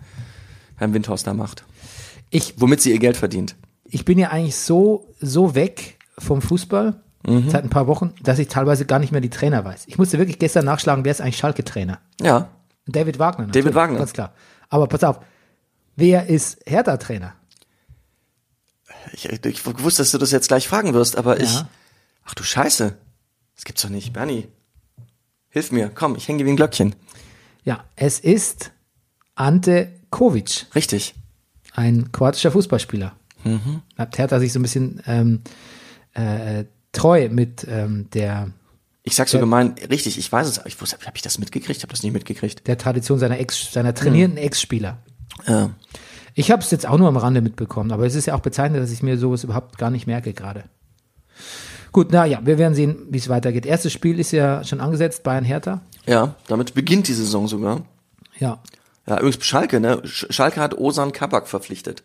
Herrn Windhorst da macht. Ich, Womit sie ihr Geld verdient. ich bin ja eigentlich so, so weg vom Fußball Mhm. seit ein paar Wochen, dass ich teilweise gar nicht mehr die Trainer weiß. Ich musste wirklich gestern nachschlagen, wer ist eigentlich Schalke-Trainer? Ja. David Wagner. David natürlich, Wagner. Ganz klar. Aber pass auf, wer ist Hertha-Trainer? Ich, ich wusste, dass du das jetzt gleich fragen wirst, aber ich. Ja. Ach du Scheiße. Das gibt's doch nicht. Bernie. Hilf mir. Komm, ich hänge wie ein Glöckchen. Ja, es ist Ante Kovic. Richtig. ein kroatischer Fußballspieler. Mhm. Hat Hertha sich so ein bisschen ähm, äh, treu mit ähm, der, Ich sag so gemein, richtig, ich weiß es, aber ich wusste, hab ich das mitgekriegt? Ich hab das nicht mitgekriegt. der Tradition seiner, Ex, seiner trainierenden Mhm. Ex-Spieler. Ja. Ich habe es jetzt auch nur am Rande mitbekommen, aber es ist ja auch bezeichnend, dass ich mir sowas überhaupt gar nicht merke gerade. Gut, naja, wir werden sehen, wie es weitergeht. Erstes Spiel ist ja schon angesetzt, Bayern-Hertha. ja, damit beginnt die Saison sogar. Ja, Ja, übrigens Schalke, ne? Sch Schalke hat Osan Kabak verpflichtet.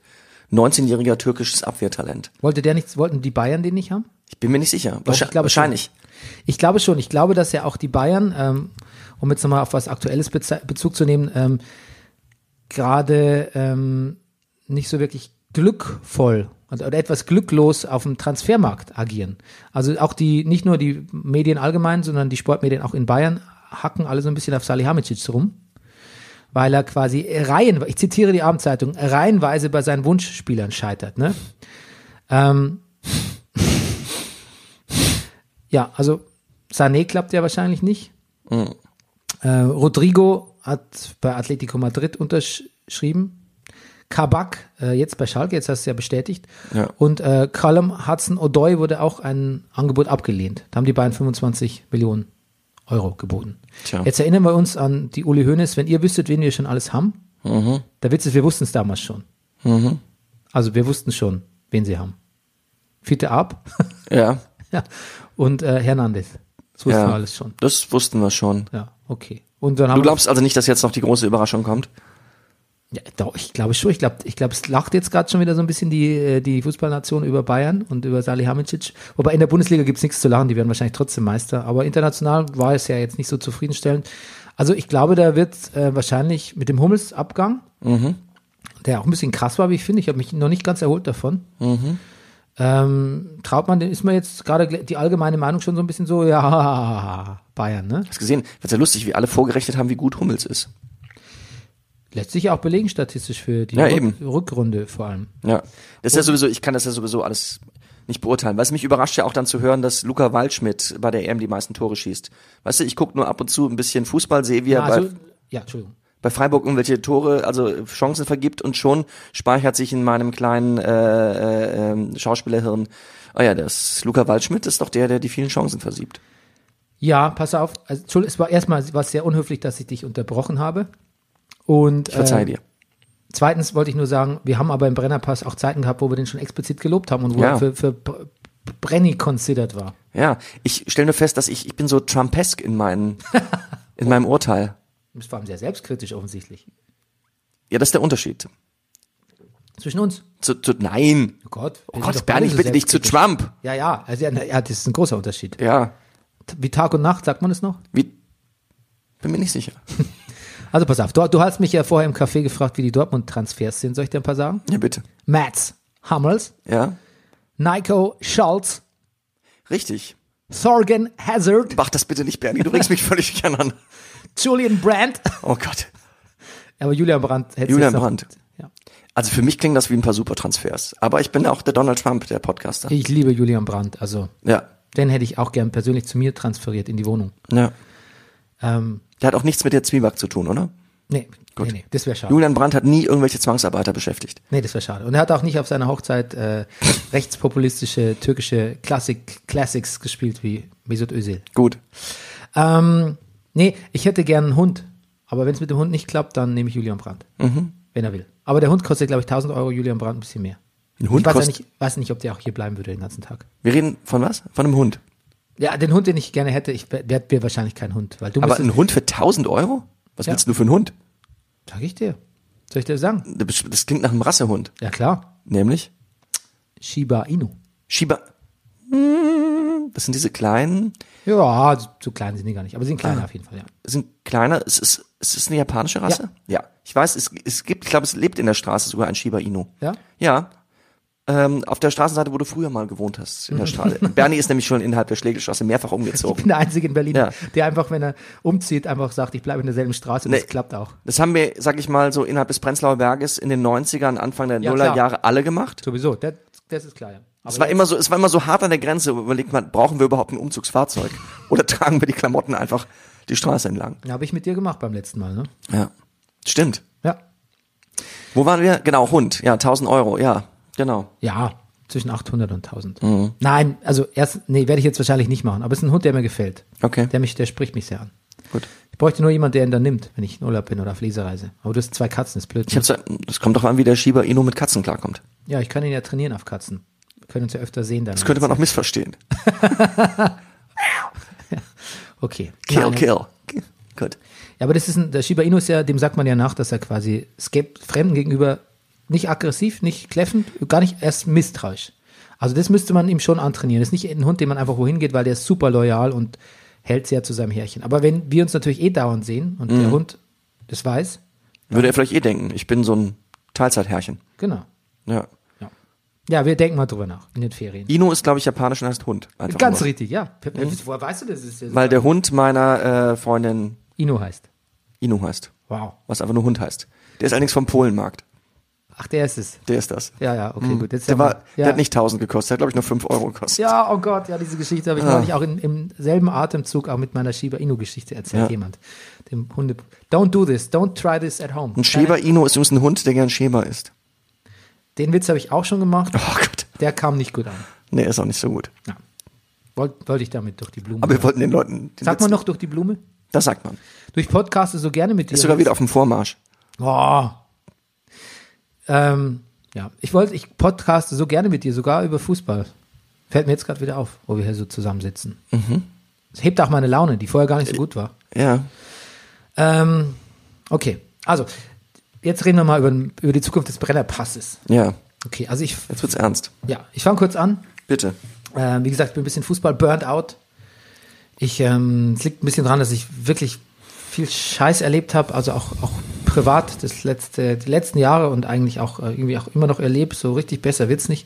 19-jähriger türkisches Abwehrtalent. wollte der nicht, wollten die Bayern den nicht haben? Ich bin mir nicht sicher. Doch, Wahrscheinlich. ich glaube wahrscheinlich. Schon. Ich glaube schon. Ich glaube, dass ja auch die Bayern, ähm, um jetzt nochmal auf was Aktuelles Beze- Bezug zu nehmen, ähm, gerade ähm, nicht so wirklich glückvoll oder oder etwas glücklos auf dem Transfermarkt agieren. Also auch die, nicht nur die Medien allgemein, sondern die Sportmedien auch in Bayern hacken alle so ein bisschen auf Salihamidzic rum, weil er quasi reihen, ich zitiere die Abendzeitung, reihenweise bei seinen Wunschspielern scheitert. Ne? Ähm, ja, also Sané klappt ja wahrscheinlich nicht. Mhm. Äh, Rodrigo hat bei Atletico Madrid unterschrieben. Kabak äh, jetzt bei Schalke, jetzt hast du ja bestätigt. Ja. Und äh, Callum Hudson-Odoi wurde auch ein Angebot abgelehnt. Da haben die beiden 25 Millionen Euro geboten. Tja. Jetzt erinnern wir uns an die Uli Hoeneß. Wenn ihr wüsstet, wen wir schon alles haben, Mhm. der Witz ist, wir wussten es damals schon. Also wir wussten schon, wen sie haben. Fiete ab. Ja. Ja. Und äh, Hernandez. Das wussten wir ja. alles schon. Das wussten wir schon. Ja, okay. Und dann haben Du glaubst also nicht, dass jetzt noch die große Überraschung kommt? wir- Ja, doch, ich glaube schon. Ich glaube, ich glaube, es lacht jetzt gerade schon wieder so ein bisschen die, äh, die Fußballnation über Bayern und über Salihamidzic. Wobei in der Bundesliga gibt's nichts zu lachen, die werden wahrscheinlich trotzdem Meister. Aber international war es ja jetzt nicht so zufriedenstellend. Also ich glaube, da wird äh, wahrscheinlich mit dem Hummels-Abgang, der auch ein bisschen krass war, wie ich finde, ich habe mich noch nicht ganz erholt davon. Ähm, traut man, ist man jetzt gerade gle- die allgemeine Meinung schon so ein bisschen so, ja, Bayern, ne? Hast gesehen, wird's ja lustig, wie alle vorgerechnet haben, wie gut Hummels ist. Lässt sich ja auch belegen statistisch für die Ja, Rück- eben. Rückrunde vor allem. Ja. Das ist ja sowieso, ich kann das ja sowieso alles nicht beurteilen. Was mich überrascht ja auch dann zu hören, dass Luca Waldschmidt bei der EM die meisten Tore schießt. Weißt du, ich guck nur ab und zu ein bisschen Fußball, sehe wie er also, bei, ja, Entschuldigung. bei Freiburg irgendwelche Tore, also Chancen vergibt und schon speichert sich in meinem kleinen äh, äh, ähm, Schauspielerhirn, ah ja, das Luca Waldschmidt ist doch der, der die vielen Chancen versiebt. Ja, pass auf. Also, Entschuldigung, es war erstmal war es sehr unhöflich, dass ich dich unterbrochen habe. Und Ich verzeihe äh, dir. zweitens wollte ich nur sagen, wir haben aber im Brennerpass auch Zeiten gehabt, wo wir den schon explizit gelobt haben und wo Ja. er für, für Br- Brenny considered war. Ja, ich stelle nur fest, dass ich, ich bin so Trumpesk in meinen, in meinem Urteil. Du bist vor allem sehr selbstkritisch offensichtlich. Ja, das ist der Unterschied. Zwischen uns. Zu, zu, nein. Oh Gott. Oh Gott, Bernie, ich bitte dich zu Trump. Ja, ja. Also, ja, na, ja, das ist ein großer Unterschied. Ja, Wie Tag und Nacht, sagt man es noch? wie, bin mir nicht sicher. Also, pass auf. Du, du hast mich ja vorher im Café gefragt, wie die Dortmund-Transfers sind. Soll ich dir ein paar sagen? Ja, bitte. Mats, Hummels, Ja, Nico, Schulz, richtig. Thorgan Hazard, Mach das bitte nicht, Bernie, du bringst mich völlig durcheinander. Julian Brandt. Oh Gott. Aber Julian Brandt hätte Julian jetzt noch- Brandt. Ja. Also für mich klingt das wie ein paar Supertransfers. Aber ich bin auch der Donald Trump, der Podcaster. Ich liebe Julian Brandt. Also Ja, den hätte ich auch gern persönlich zu mir transferiert in die Wohnung. ja. Ähm, Der hat auch nichts mit der Zwieback zu tun, oder? nee, nee, nee, das wäre schade. Julian Brandt hat nie irgendwelche Zwangsarbeiter beschäftigt. nee, das wäre schade. Und er hat auch nicht auf seiner Hochzeit äh, rechtspopulistische türkische Klassik, Classics gespielt wie Mesut Özil. Gut. Ähm, nee, ich hätte gern einen Hund. Aber wenn es mit dem Hund nicht klappt, dann nehme ich Julian Brandt. Mhm. Wenn er will. Aber der Hund kostet, glaube ich, 1000 Euro, Julian Brandt ein bisschen mehr. Ein Hund ich weiß, ja kostet- nicht, weiß nicht, ob der auch hier bleiben würde den ganzen Tag. Wir reden von was? Von einem Hund. Ja, den Hund, den ich gerne hätte, ich werde mir wahrscheinlich keinen Hund, weil du Aber müsstest, ein Hund für 1000 Euro? Was Ja. willst du für einen Hund? sag ich dir. Soll ich dir sagen? Das klingt nach einem Rassehund. Ja klar, Nämlich Shiba Inu. Shiba. Hm, Das sind diese kleinen, Ja, so- so klein sind die gar nicht, aber sie sind Ah. kleiner auf jeden Fall, ja. das sind kleiner, es ist, es ist eine japanische Rasse? Ja. Ich weiß, es, es gibt, ich glaube, es lebt in der Straße sogar ein Shiba Inu. Ja? Ja. Ähm, auf der Straßenseite, wo du früher mal gewohnt hast, in der Straße. Bernie ist nämlich schon innerhalb der Schlägelstraße mehrfach Ich umgezogen. bin der Einzige in Berlin, Ja. der einfach, wenn er umzieht, einfach sagt, ich bleibe in derselben Straße und Nee. das klappt auch. Das haben wir, sag ich mal, so innerhalb des Prenzlauer Berges in den 90ern, Anfang der Ja, klar. Nullerjahre alle gemacht. Sowieso, das, das ist klar, ja. Aber Es war immer so, es war immer so hart an der Grenze. Überlegt man, brauchen wir überhaupt ein Umzugsfahrzeug? Oder tragen wir die Klamotten einfach die Straße entlang? habe ich mit dir gemacht beim letzten Mal, ne? Ja. Stimmt. Ja. Wo waren wir? Genau, Hund. Ja, 1000 Euro. Ja, genau. Ja, zwischen 800 und 1000. Mhm. Nein, also erst, nee, werde ich jetzt wahrscheinlich nicht machen, aber es ist ein Hund, der mir gefällt. Okay. Der mich, der spricht mich sehr an. Gut. Ich bräuchte nur jemanden, der ihn dann nimmt, wenn ich in Urlaub bin oder auf Lesereise. Aber du hast zwei Katzen, ist blöd. Ich hab's, es kommt doch an, wie der Shiba Inu mit Katzen klarkommt. Ja, ich kann ihn ja trainieren auf Katzen. Wir können uns ja öfter sehen dann. Das könnte man auch missverstehen. okay. Kill, Nein, kill. Gut. Ja, aber das ist ein, der Shiba Inu ist ja, dem sagt man ja nach, dass er quasi Skep Fremden gegenüber nicht aggressiv, nicht kläffend, gar nicht erst misstrauisch. Also das müsste man ihm schon antrainieren. Das ist nicht ein Hund, den man einfach wohin geht, weil der ist super loyal und hält sehr zu seinem Härchen. Aber wenn wir uns natürlich eh dauernd sehen und Mhm. der Hund das weiß, Würde er vielleicht eh denken, ich bin so ein Teilzeitherrchen. genau. Ja. Ja, wir denken mal drüber nach in den Ferien. Inu ist, glaube ich, japanisch und heißt Hund. Einfach Ganz nur. richtig, ja. Woher weißt du das? ist ja Weil der Hund meiner äh, Freundin Inu heißt. Inu heißt. Wow. Was einfach nur Hund heißt. Der ist allerdings vom Polenmarkt. Ach, der ist es. Der ist das. Ja, ja, okay, gut. Jetzt Mhm. Der, haben wir- war, der hat nicht 1000 gekostet, der hat, glaube ich, nur 5 Euro gekostet. Ja, oh Gott, ja, diese Geschichte habe ich Ah. neulich auch in, im selben Atemzug auch mit meiner Shiba Inu Geschichte erzählt Ja. jemand. Dem Hunde Don't do this, don't try this at home. Ein Schäber Inu ist übrigens ein Hund, der gern Schäber ist. Den Witz habe ich auch schon gemacht. Oh Gott. Der kam nicht gut an. Nee, ist auch nicht so gut. Ja. Wollt- Wollte ich damit durch die Blume. Aber wir wollten den Leuten. Den Sagt Witz- man noch durch die Blume? Das sagt man. Durch Podcaste so gerne mit dir. Ist sogar wieder auf dem Vormarsch. Oh. Ähm, ja, ich wollte, ich podcaste so gerne mit dir, sogar über Fußball. Fällt mir jetzt gerade wieder auf, wo wir hier so zusammensitzen. Mhm. Es hebt auch meine Äh, Laune, die vorher gar nicht so gut war. Ja. Ähm, okay, also Jetzt reden wir mal über, den- über die Zukunft des Brennerpasses. Ja, Okay, also ich, jetzt wird's ernst. ja, ich fange kurz an. Bitte. Ähm, wie gesagt, ich bin ein bisschen Fußball burnt out. Ich, ähm, es liegt ein bisschen dran, dass ich wirklich viel Scheiß erlebt habe, also auch, auch privat das letzte, die letzten Jahre und eigentlich auch äh, irgendwie auch immer noch erlebt. So richtig besser wird's nicht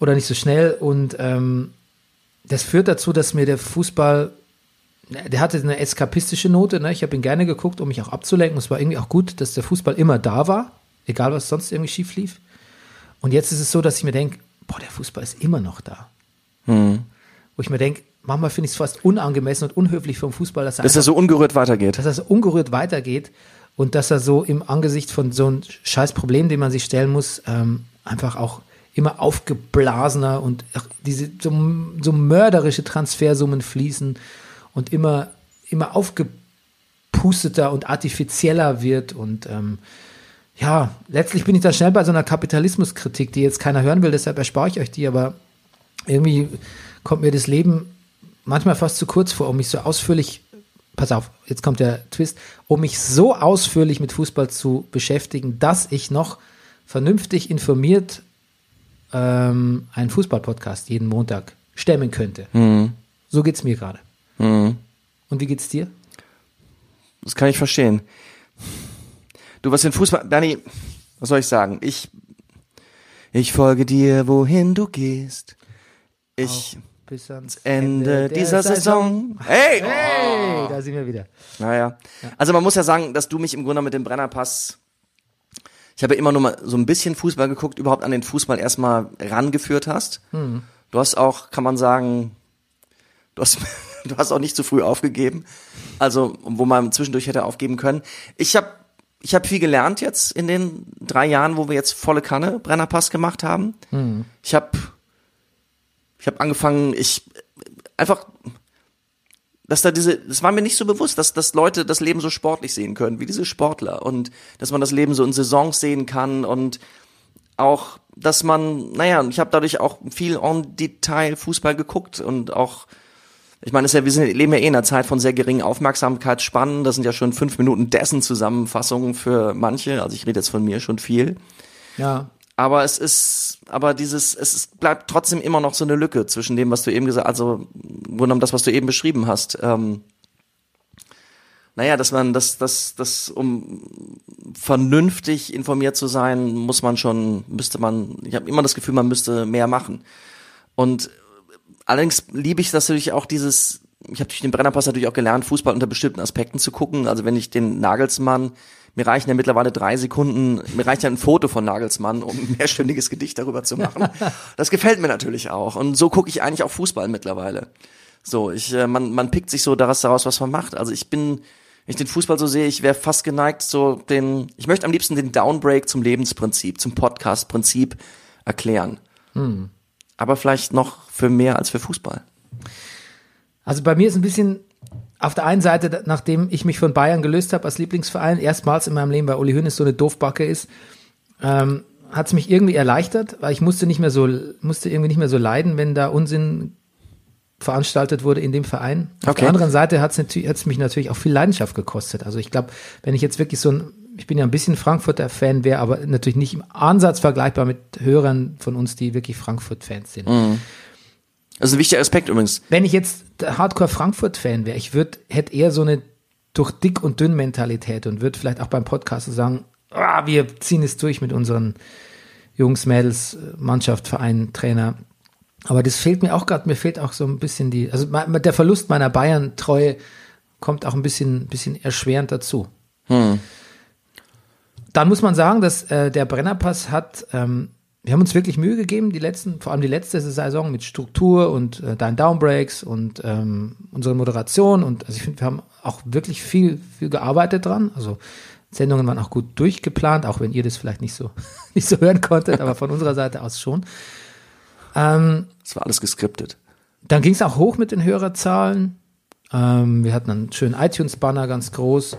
oder nicht so schnell und ähm, das führt dazu, dass mir der Fußball der hatte eine eskapistische Note, ne? Ich habe ihn gerne geguckt, um mich auch abzulenken. Es war irgendwie auch gut, dass der Fußball immer da war, egal was sonst irgendwie schief lief. Und jetzt ist es so, dass ich mir denke, boah, der Fußball ist immer noch da. Wo ich mir denke, manchmal finde ich es fast unangemessen und unhöflich vom Fußball, dass er, Dass einfach, er so ungerührt weitergeht. dass er so ungerührt weitergeht und dass er so im Angesicht von so einem scheiß Problem, dem man sich stellen muss, ähm, einfach auch immer aufgeblasener und ach, diese so, so mörderische Transfersummen fließen und immer, immer aufgepusteter und artifizieller wird und ähm, ja, letztlich bin ich da schnell bei so einer Kapitalismuskritik, die jetzt keiner hören will, deshalb erspare ich euch die, aber irgendwie kommt mir das Leben manchmal fast zu kurz vor, um mich so ausführlich, pass auf, jetzt kommt der Twist, um mich so ausführlich mit Fußball zu beschäftigen, dass ich noch vernünftig informiert ähm, einen Fußballpodcast jeden Montag stemmen könnte. Mhm. So geht's mir gerade. Und wie geht's dir? Das kann ich verstehen. Du, was den Fußball, Bernie, was soll ich sagen? Ich, ich folge dir, wohin du gehst. Ich, Bis ans Ende dieser Saison. Hey! Hey, da sind wir wieder. Naja. Also man muss ja sagen, dass du mich im Grunde mit dem Brennerpass, ich habe immer nur mal so ein bisschen Fußball geguckt, überhaupt an den Fußball erstmal rangeführt hast. Du hast auch, kann man sagen, du hast, du hast auch nicht zu früh aufgegeben. Also, wo man zwischendurch hätte aufgeben können. Ich habe ich hab viel gelernt jetzt in den drei Jahren, wo wir jetzt volle Kanne Brennerpass gemacht haben. Ich habe ich hab angefangen, ich einfach dass da diese, das war mir nicht so bewusst, dass, dass Leute das Leben so sportlich sehen können, wie diese Sportler und dass man das Leben so in Saisons sehen kann und auch, dass man, naja, und ich habe dadurch auch viel on Detail Fußball geguckt und auch, ich meine, es ist ja, wir sind, leben ja eh in einer Zeit von sehr geringen Aufmerksamkeitsspannen, das sind ja schon fünf Minuten dessen Zusammenfassungen für manche, also ich rede jetzt von mir schon viel. Ja, Aber es ist, aber dieses, es ist, bleibt trotzdem immer noch so eine Lücke zwischen dem, was du eben gesagt, also im Grunde genommen das, was du eben beschrieben hast. Ähm, naja, dass man, das, das, das, um vernünftig informiert zu sein, muss man schon, müsste man, ich habe immer das Gefühl, man müsste mehr machen. Und allerdings liebe ich das natürlich auch dieses, ich habe durch den Brennerpass natürlich auch gelernt, Fußball unter bestimmten Aspekten zu gucken. Also wenn ich den Nagelsmann, mir reichen ja mittlerweile drei Sekunden, mir reicht ja ein Foto von Nagelsmann, um ein mehrstündiges Gedicht darüber zu machen. Das gefällt mir natürlich auch. Und so gucke ich eigentlich auch Fußball mittlerweile. So, ich, äh, man, man pickt sich so daraus, daraus, was man macht. Also ich bin, wenn ich den Fußball so sehe, ich wäre fast geneigt, so den, ich möchte am liebsten den Downbreak zum Lebensprinzip, zum Podcast-Prinzip erklären. Aber vielleicht noch für mehr als für Fußball. Also bei mir ist ein bisschen auf der einen Seite, da- nachdem ich mich von Bayern gelöst habe als Lieblingsverein, erstmals in meinem Leben, weil Uli Hoeneß so eine Doofbacke ist, ähm, hat es mich irgendwie erleichtert, weil ich musste nicht mehr so musste irgendwie nicht mehr so leiden, wenn da Unsinn veranstaltet wurde in dem Verein. Auf Okay. der anderen Seite hat es mich natürlich auch viel Leidenschaft gekostet. Also ich glaube, wenn ich jetzt wirklich so ein, ich bin ja ein bisschen Frankfurter Fan, wäre aber natürlich nicht im Ansatz vergleichbar mit Hörern von uns, die wirklich Frankfurt-Fans sind. Das ist ein wichtiger Aspekt übrigens. Wenn ich jetzt Hardcore Frankfurt-Fan wäre, ich würde, hätte eher so eine durch dick und dünn Mentalität und würde vielleicht auch beim Podcast so sagen, ah, wir ziehen es durch mit unseren Jungs, Mädels, Mannschaft, Verein, Trainer. Aber das fehlt mir auch gerade, mir fehlt auch so ein bisschen die, also me- der Verlust meiner Bayern-Treue kommt auch ein bisschen, bisschen erschwerend dazu. Dann muss man sagen, dass äh, der Brennerpass hat, ähm, wir haben uns wirklich Mühe gegeben, die letzten, vor allem die letzte Saison mit Struktur und äh, deinen Downbreaks und ähm, unsere Moderation und also ich finde, wir haben auch wirklich viel, viel gearbeitet dran. Also Sendungen waren auch gut durchgeplant, auch wenn ihr das vielleicht nicht so nicht so hören konntet, aber von unserer Seite aus schon. Das war alles geskriptet. Dann ging es auch hoch mit den Hörerzahlen. Ähm, wir hatten einen schönen iTunes-Banner ganz groß.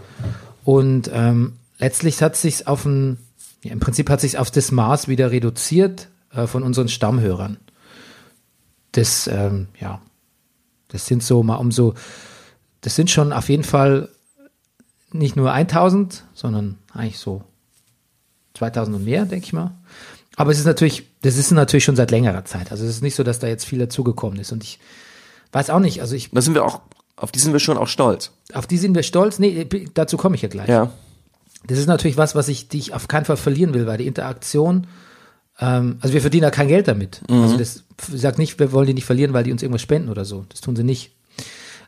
Und ähm, letztlich hat sich's auf ein, ja, im Prinzip hat sich auf das Maß wieder reduziert äh, von unseren Stammhörern. Das, ähm, ja, das sind so mal um so, das sind schon auf jeden Fall nicht nur 1000, sondern eigentlich so 2000 und mehr, denke ich mal. Aber es ist natürlich, das ist natürlich schon seit längerer Zeit. Also es ist nicht so, dass da jetzt viel dazugekommen ist. Und ich weiß auch nicht, also ich, Da sind wir auch, auf die sind wir schon auch stolz. auf die sind wir stolz. Nee, äh, dazu komme ich ja gleich. Ja. Das ist natürlich was, was ich, die ich auf keinen Fall verlieren will, weil die Interaktion, ähm, also wir verdienen ja kein Geld damit. Mhm. Also das sagt nicht, wir wollen die nicht verlieren, weil die uns irgendwas spenden oder so. Das tun sie nicht.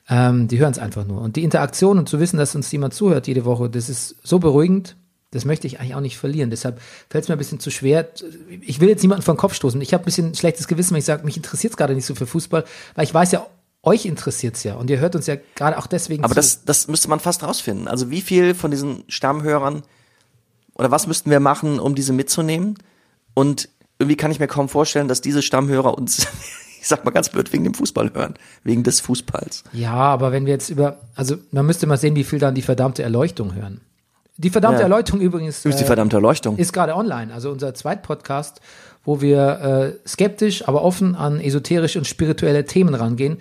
Ähm, die hören es einfach nur. Und die Interaktion und zu wissen, dass uns jemand zuhört jede Woche, das ist so beruhigend. Das möchte ich eigentlich auch nicht verlieren. Deshalb fällt es mir ein bisschen zu schwer. Ich will jetzt niemanden vom Kopf stoßen. Ich habe ein bisschen schlechtes Gewissen, wenn ich sage, mich interessiert es gerade nicht so für Fußball, weil ich weiß ja, euch interessiert es ja. Und ihr hört uns ja gerade auch deswegen Aber zu. das, das müsste man fast rausfinden. Also wie viel von diesen Stammhörern oder was müssten wir machen, um diese mitzunehmen? Und irgendwie kann ich mir kaum vorstellen, dass diese Stammhörer uns, ich sag mal ganz blöd, wegen dem Fußball hören, wegen des Fußballs. Ja, aber wenn wir jetzt über, also man müsste mal sehen, wie viel dann die verdammte Erleuchtung hören. Die verdammte Ja. Erleuchtung übrigens Ist die äh, verdammte Erleuchtung. ist gerade online, also unser Zweitpodcast, wo wir äh, skeptisch, aber offen an esoterische und spirituelle Themen rangehen,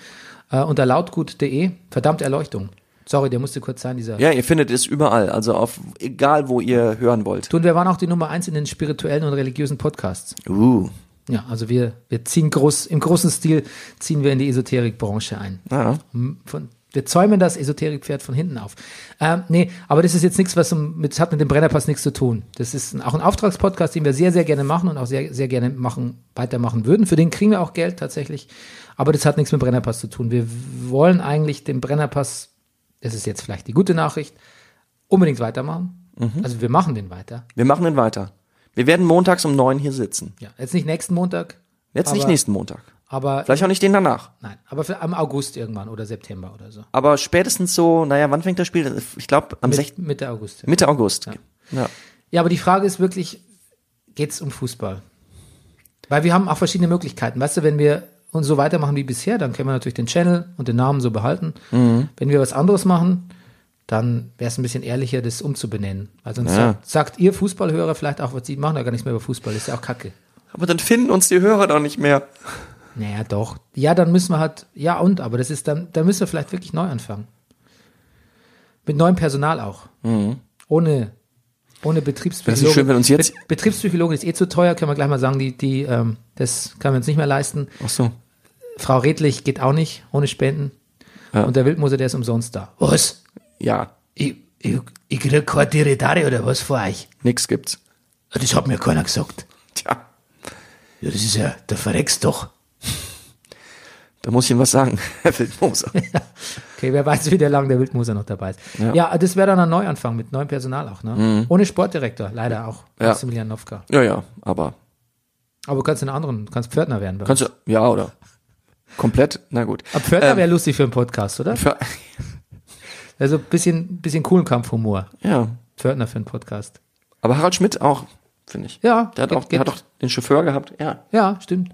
äh, unter lautgut.de, verdammte Erleuchtung. Sorry, der musste kurz sein, dieser. ja, ihr findet es überall, also auf egal wo ihr hören wollt. Du und wir waren auch die Nummer eins in den spirituellen und religiösen Podcasts. Uh, Ja, also wir, wir ziehen groß, im großen Stil ziehen wir in die Esoterikbranche ein. ja. Hm, von, wir zäumen das Esoterikpferd von hinten auf. Ähm, nee, aber das ist jetzt nichts, was um- mit, hat mit dem Brennerpass nichts zu tun. Das ist ein, auch ein Auftragspodcast, den wir sehr, sehr gerne machen und auch sehr, sehr gerne machen, weitermachen würden. Für den kriegen wir auch Geld tatsächlich. Aber das hat nichts mit Brennerpass zu tun. Wir wollen eigentlich den Brennerpass, das ist jetzt vielleicht die gute Nachricht, unbedingt weitermachen. Also wir machen den weiter. Wir machen den weiter. Wir werden montags um neun hier sitzen. Ja, jetzt nicht nächsten Montag, Jetzt nicht Aber- nächsten Montag. aber Vielleicht auch nicht den danach. nein, aber für, am August irgendwann oder September oder so. Aber spätestens so, naja, wann fängt das Spiel? Ich glaube am 16. Mit, Mitte August. Ja. Mitte August. Ja. Ja, aber die Frage ist wirklich, geht's um Fußball? Weil wir haben auch verschiedene Möglichkeiten. Weißt du, wenn wir uns so weitermachen wie bisher, dann können wir natürlich den Channel und den Namen so behalten. Wenn wir was anderes machen, dann wäre es ein bisschen ehrlicher, das umzubenennen. Weil sonst sagt, sagt ihr Fußballhörer vielleicht auch, was sie machen da gar nichts mehr über Fußball, ist ja auch Kacke. Aber dann finden uns die Hörer doch nicht mehr. Naja, doch. Ja, dann müssen wir halt, ja und, aber das ist dann, dann müssen wir vielleicht wirklich neu anfangen. Mit neuem Personal auch. Ohne, ohne Betriebspsychologe. Wäre Mhm. das nicht schön, wenn uns jetzt- Bet- Betriebspsychologe ist eh zu teuer, können wir gleich mal sagen, die, die, ähm, das können wir uns nicht mehr leisten. Ach so. Frau Redlich geht auch nicht, ohne Spenden. Und der Wildmoser, der ist umsonst da. Was? Ja, Ich, ich, ich krieg keine Diretare oder was für euch? nix gibt's. Das hat mir keiner gesagt. Tja, Ja, das ist ja, da verreckst doch. da muss ich Ihnen was sagen, Herr Wildmoser. Okay, wer weiß, wie der lang der Wildmoser noch dabei ist. Ja, das wäre dann ein Neuanfang mit neuem Personal auch, ne? Ohne Sportdirektor, leider auch. Mhm. Ja. Maximilian Nowka. ja, ja, aber Aber du kannst einen anderen, du kannst Pförtner werden. kannst Ähm. du, ja, oder? Komplett, na gut. Aber Pförtner wäre lustig für einen Podcast, oder? Für, Also ein bisschen, bisschen coolen Kampfhumor. ja, Pförtner für einen Podcast. aber Harald Schmidt auch, finde ich. Ja, der hat, geht- auch, der hat geht. auch den Chauffeur gehabt, ja. Ja, stimmt.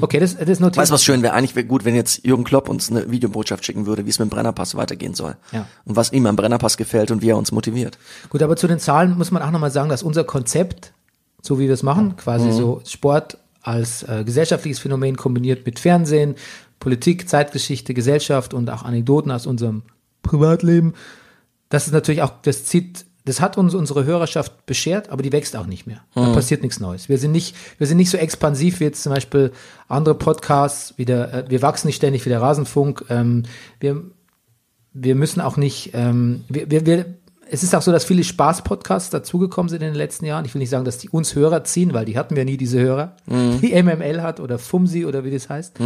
Okay, das, das notiert. Mhm. Weißt du, was schön wäre? Eigentlich wäre gut, wenn jetzt Jürgen Klopp uns eine Videobotschaft schicken würde, wie es mit dem Brennerpass weitergehen soll. Ja. Und was ihm am Brennerpass gefällt und wie er uns motiviert. Gut, aber zu den Zahlen muss man auch nochmal sagen, dass unser Konzept, so wie wir es machen, quasi so Sport als äh, gesellschaftliches Phänomen kombiniert mit Fernsehen, Politik, Zeitgeschichte, Gesellschaft und auch Anekdoten aus unserem Privatleben, das ist natürlich auch, das zieht, das hat uns unsere Hörerschaft beschert, aber die wächst auch nicht mehr. Da passiert nichts Neues. Wir sind nicht, wir sind nicht so expansiv wie jetzt zum Beispiel andere Podcasts, wie der, äh, wir wachsen nicht ständig wie der Rasenfunk. Ähm, wir wir müssen auch nicht, ähm, wir, wir, wir, es ist auch so, dass viele Spaß-Podcasts dazugekommen sind in den letzten Jahren. Ich will nicht sagen, dass die uns Hörer ziehen, weil die hatten wir nie, diese Hörer, Mhm. die MML hat oder Fumsi oder wie das heißt.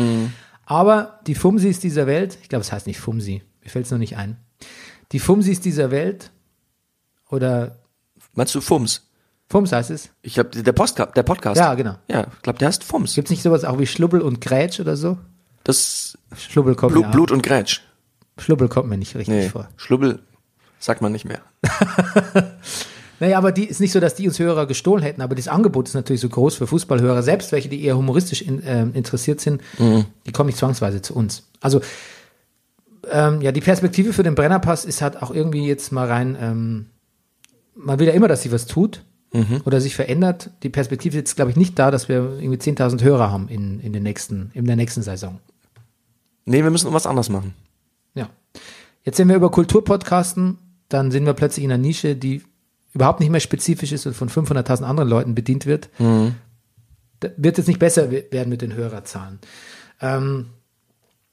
Aber die Fumsis dieser Welt, ich glaube, es heißt nicht Fumsi, mir fällt es noch nicht ein. Die Fumsis dieser Welt oder Meinst du Fums? Fums heißt es. Ich hab, der, Post, der Podcast. Ja, genau. Ja, ich glaube, der heißt Fums. Gibt es nicht sowas auch wie Schlubbel und Grätsch oder so? Das Schlubbel kommt, Blut, mir, Blut und Grätsch. Schlubbel kommt mir nicht richtig Nee, vor. Schlubbel sagt man nicht mehr. Naja, aber die ist nicht so, dass die uns Hörer gestohlen hätten, aber das Angebot ist natürlich so groß für Fußballhörer, selbst welche, die eher humoristisch in, ähm, interessiert sind, die kommen nicht zwangsweise zu uns. Also ähm, ja, die Perspektive für den Brennerpass ist halt auch irgendwie jetzt mal rein, ähm, man will ja immer, dass sie was tut oder sich verändert. Die Perspektive ist jetzt, glaube ich, nicht da, dass wir irgendwie 10.000 Hörer haben in, in, den nächsten, in der nächsten Saison. Nee, wir müssen was anderes machen. Ja. Jetzt, wenn wir über Kultur podcasten, dann sind wir plötzlich in einer Nische, die, über überhaupt nicht mehr spezifisch ist und von 500.000 anderen Leuten bedient wird, da wird es nicht besser we- werden mit den Hörerzahlen. Ähm,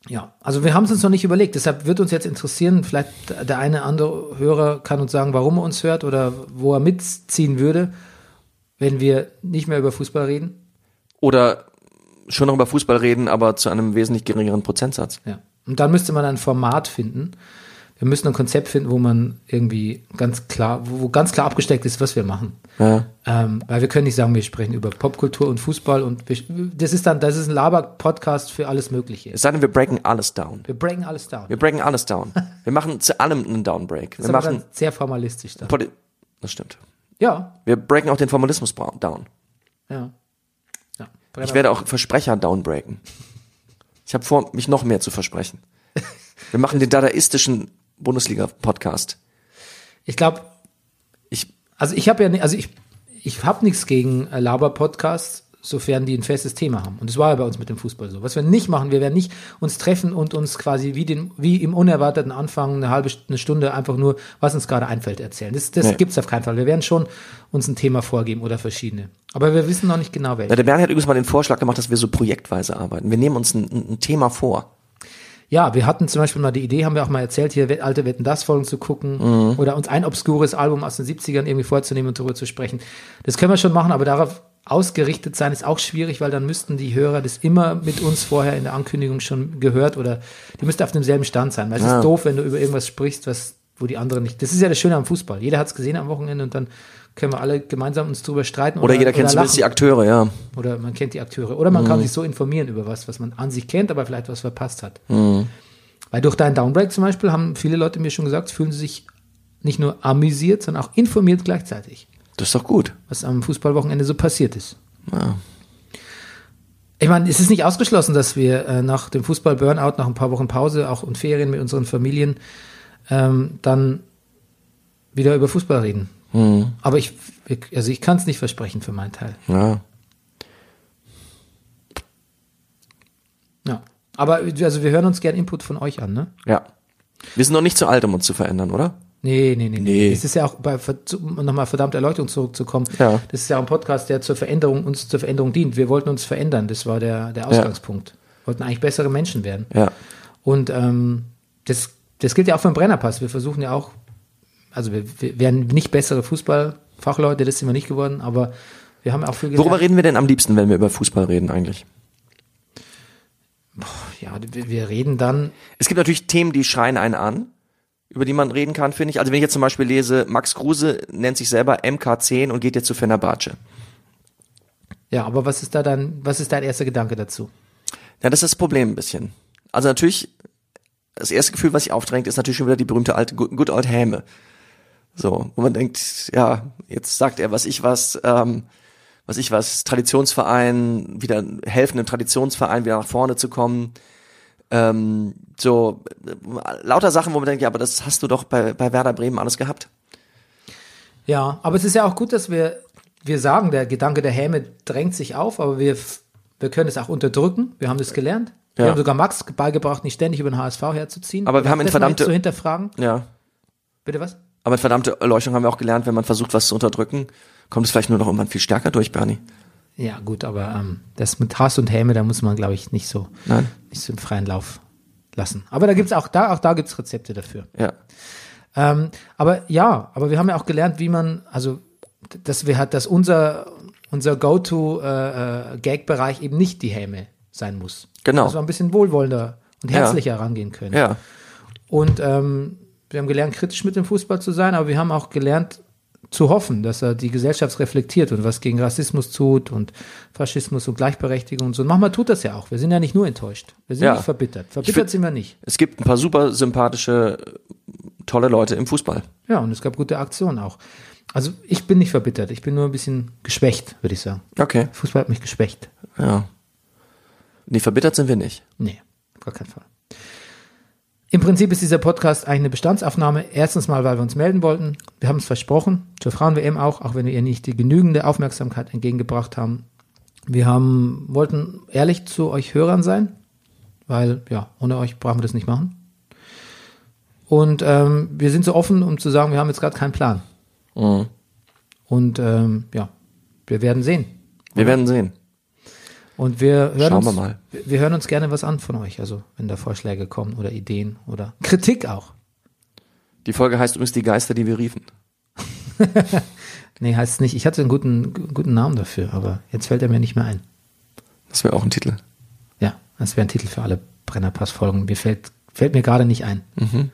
ja, also wir haben es uns noch nicht überlegt. Deshalb wird uns jetzt interessieren, vielleicht der eine andere Hörer kann uns sagen, warum er uns hört oder wo er mitziehen würde, wenn wir nicht mehr über Fußball reden. Oder schon noch über Fußball reden, aber zu einem wesentlich geringeren Prozentsatz. Ja. Und dann müsste man ein Format finden. Wir müssen ein Konzept finden, wo man irgendwie ganz klar, wo, wo ganz klar abgesteckt ist, was wir machen. Ja. Ähm, weil wir können nicht sagen, wir sprechen über Popkultur und Fußball und wir, das ist dann, das ist ein Laber-Podcast für alles Mögliche. Es sei denn, wir breaken alles down. Wir breaken alles down. Wir breaken alles down. Wir machen zu allem einen Das Downbreak. Wir ist aber machen. dann sehr formalistisch dann. Poli das stimmt. Ja, Wir breaken auch den Formalismus bra- down. ja. ja. Ich werde auch Versprecher downbreaken. Ich habe vor, mich noch mehr zu versprechen. Wir machen den dadaistischen Bundesliga-Podcast. Ich glaube, Ich, also ich habe ja, ni- also ich, ich habe nichts gegen äh, Laber-Podcasts, sofern die ein festes Thema haben. Und es war ja bei uns mit dem Fußball so. Was wir nicht machen, wir werden nicht uns treffen und uns quasi wie, den, wie im unerwarteten Anfang eine halbe St- eine Stunde einfach nur, was uns gerade einfällt, erzählen. Das, das Nee. gibt's auf keinen Fall. Wir werden schon uns ein Thema vorgeben oder verschiedene. Aber wir wissen noch nicht genau ja, welche. der Bernie hat übrigens mal den Vorschlag gemacht, dass wir so projektweise arbeiten. Wir nehmen uns ein, ein, ein Thema vor. Ja, wir hatten zum Beispiel mal die Idee, haben wir auch mal erzählt, hier We- alte Wetten das Folgen zu gucken Mhm. oder uns ein obskures Album aus den 70ern irgendwie vorzunehmen und darüber zu sprechen. Das können wir schon machen, aber darauf ausgerichtet sein ist auch schwierig, weil dann müssten die Hörer das immer mit uns vorher in der Ankündigung schon gehört oder die müssten auf demselben Stand sein. Weil es ist doof, wenn du über irgendwas sprichst, was wo die anderen nicht. Das ist ja das Schöne am Fußball. Jeder hat es gesehen am Wochenende und dann können wir alle gemeinsam uns drüber streiten Oder, jeder kennt zumindest die lachen. Akteure, ja. Oder man kennt die Akteure. Oder man kann sich so informieren über was, was man an sich kennt, aber vielleicht was verpasst hat. Weil durch deinen Downbreak zum Beispiel haben viele Leute mir schon gesagt, fühlen sie sich nicht nur amüsiert, sondern auch informiert gleichzeitig, Das ist doch gut. was am Fußballwochenende so passiert ist. Ja. Ich meine, es ist nicht ausgeschlossen, dass wir äh, nach dem Fußball-Burnout, nach ein paar Wochen Pause, auch und Ferien mit unseren Familien, ähm, dann wieder über Fußball reden. Aber ich, also ich kann es nicht versprechen für meinen Teil. ja. Ja. Aber also wir hören uns gern Input von euch an, ne? Ja. Wir sind noch nicht zu alt, um uns zu verändern, oder? Nee, nee, nee, nee. Nee. Es ist ja auch bei Ver- zu- um nochmal verdammte Erleuchtung zurückzukommen. Ja. Das ist ja auch ein Podcast, der zur Veränderung, uns zur Veränderung dient. Wir wollten uns verändern. Das war der, der Ausgangspunkt. Wollten eigentlich bessere Menschen werden. Ja. Und ähm, das, das gilt ja auch für den Brennerpass. Wir versuchen ja auch, also wir, wir werden nicht bessere Fußballfachleute, das sind wir nicht geworden, aber wir haben auch viel gelernt. Worüber reden wir denn am liebsten, wenn wir über Fußball reden eigentlich? Ja, wir wir reden dann Es gibt natürlich Themen, die schreien einen an, über die man reden kann, finde ich. Also wenn ich jetzt zum Beispiel lese, Max Kruse nennt sich selber MK10 und geht jetzt zu Fenerbahce. ja, aber was ist da dein, was ist dein erster Gedanke dazu? Ja, das ist das Problem ein bisschen. Also natürlich, das erste Gefühl, was sich aufdrängt, ist natürlich schon wieder die berühmte alte Good Good Old Häme. So, wo man denkt, ja, jetzt sagt er, was ich was, ähm, was ich was, Traditionsverein, wieder helfen, einem Traditionsverein wieder nach vorne zu kommen. Ähm, so äh, lauter Sachen, wo man denkt, ja, aber das hast du doch bei, bei Werder Bremen alles gehabt. Ja, aber es ist ja auch gut, dass wir, wir sagen, der Gedanke der Häme drängt sich auf, aber wir, f- wir können es auch unterdrücken. Wir haben das gelernt. Wir Ja. haben sogar Max beigebracht, nicht ständig über den HSV herzuziehen. Aber wir haben ihn das mal verdammte- Zu hinterfragen. Ja. Bitte was? Aber verdammte Erleuchtung haben wir auch gelernt, wenn man versucht, was zu unterdrücken, kommt es vielleicht nur noch irgendwann viel stärker durch, Bernie. Ja, gut, aber ähm, das mit Hass und Häme, da muss man, glaube ich, nicht so, Nein. nicht so im freien Lauf lassen. Aber da gibt's auch da, auch da gibt's Rezepte dafür. Ja. Ähm, aber ja, aber wir haben ja auch gelernt, wie man, also d- dass wir halt, dass unser unser Go-to-Gag-Bereich eben nicht die Häme sein muss. Genau. Dass wir ein bisschen wohlwollender und Ja. herzlicher rangehen können. Ja. Und ähm, wir haben gelernt, kritisch mit dem Fußball zu sein, aber wir haben auch gelernt zu hoffen, dass er die Gesellschaft reflektiert und was gegen Rassismus tut und Faschismus und Gleichberechtigung und so. Und manchmal tut das ja auch. Wir sind ja nicht nur enttäuscht. Wir sind Ja. nicht verbittert. Ich Verbittert fi- sind wir nicht. Es gibt ein paar super sympathische, tolle Leute im Fußball. Ja, und es gab gute Aktionen auch. Also ich bin nicht verbittert, ich bin nur ein bisschen geschwächt, würde ich sagen. Okay. Fußball hat mich geschwächt. Ja. Nee, verbittert sind wir nicht. Nee, auf gar keinen Fall. Im Prinzip ist dieser Podcast eigentlich eine Bestandsaufnahme. Erstens mal, weil wir uns melden wollten. Wir haben es versprochen, zur Frauen-WM auch, auch wenn wir ihr nicht die genügende Aufmerksamkeit entgegengebracht haben. Wir haben, wollten ehrlich zu euch Hörern sein, weil ja, ohne euch brauchen wir das nicht machen. Mhm. Und ähm, wir sind so offen, um zu sagen, wir haben jetzt gerade keinen Plan. Und ähm, ja, wir werden sehen. Wir werden sehen. Und wir hören, Schauen wir uns, mal. wir- wir hören uns gerne was an von euch, also wenn da Vorschläge kommen oder Ideen oder Kritik auch. Die Folge heißt übrigens die Geister, die wir riefen. Nee, heißt es nicht. Ich hatte einen guten, gu- guten Namen dafür, aber jetzt fällt er mir nicht mehr ein. Das wäre auch ein Titel. Ja, das wäre ein Titel für alle Brennerpass-Folgen. Mir fällt, fällt mir gerade nicht ein. Mhm.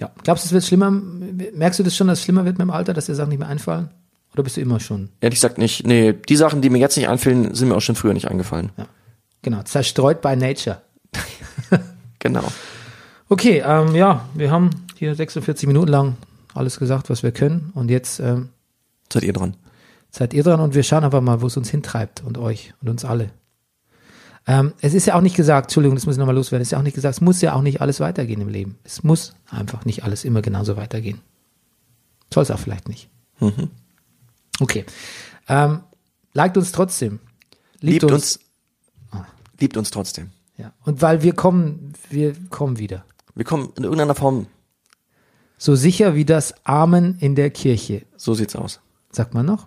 Ja, glaubst du, es wird schlimmer? Merkst du das schon, dass es schlimmer wird mit dem Alter, dass dir Sachen nicht mehr einfallen? Oder bist du immer schon? Ehrlich gesagt nicht. Nee, die Sachen, die mir jetzt nicht einfällen, sind mir auch schon früher nicht eingefallen. Ja. Genau, zerstreut by nature. Genau. Okay, ähm, ja, wir haben hier 46 Minuten lang alles gesagt, was wir können. Und jetzt ähm, Seid ihr dran. seid ihr dran und wir schauen einfach mal, wo es uns hintreibt und euch und uns alle. Ähm, es ist ja auch nicht gesagt, Entschuldigung, das muss ich nochmal loswerden, es ist ja auch nicht gesagt, es muss ja auch nicht alles weitergehen im Leben. Es muss einfach nicht alles immer genauso weitergehen. Soll es auch vielleicht nicht. Mhm. Okay. Ähm, liked uns trotzdem. Liebt uns. Liebt uns trotzdem. Ja. Und weil wir kommen, wir kommen wieder. Wir kommen in irgendeiner Form, So sicher wie das Amen in der Kirche. so sieht's aus. Sagt man noch?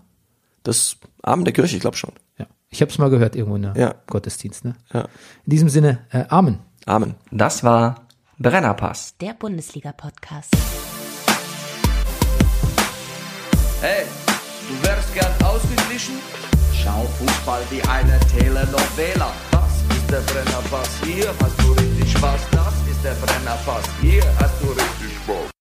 Das Abend der Kirche, ich glaube schon. Ja. Ich habe es mal gehört irgendwo in der Ja. Gottesdienst. Ne? Ja. In diesem Sinne, äh, Amen. Amen. Das war Brennerpass. Der Bundesliga-Podcast. Hey, du wärst gern ausgeglichen? Schau Fußball wie eine Telenovela. Das ist der Brennerpass, hier hast du richtig Spaß. Das ist der Brennerpass, hier hast du richtig Spaß.